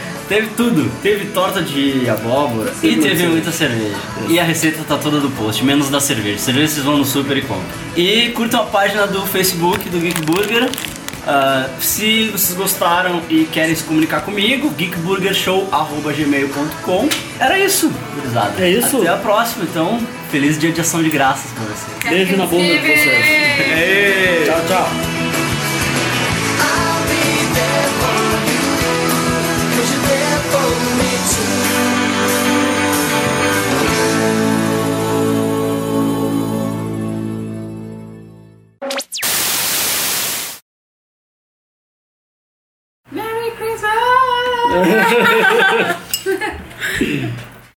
Speaker 1: teve tudo. Teve torta de abóbora e teve muita cerveja. E a receita tá toda do post, menos da cerveja. Cerveja vocês vão no super e compram. E curtam a página do Facebook do Geek Burger. Ah, se vocês gostaram e querem se comunicar comigo, geekburgershow.gmail.com Era isso, gurizada.
Speaker 2: É isso.
Speaker 1: Até a próxima, então. Feliz dia de ação de graças pra vocês.
Speaker 2: Beijo na bunda pra vocês. Tchau, tchau.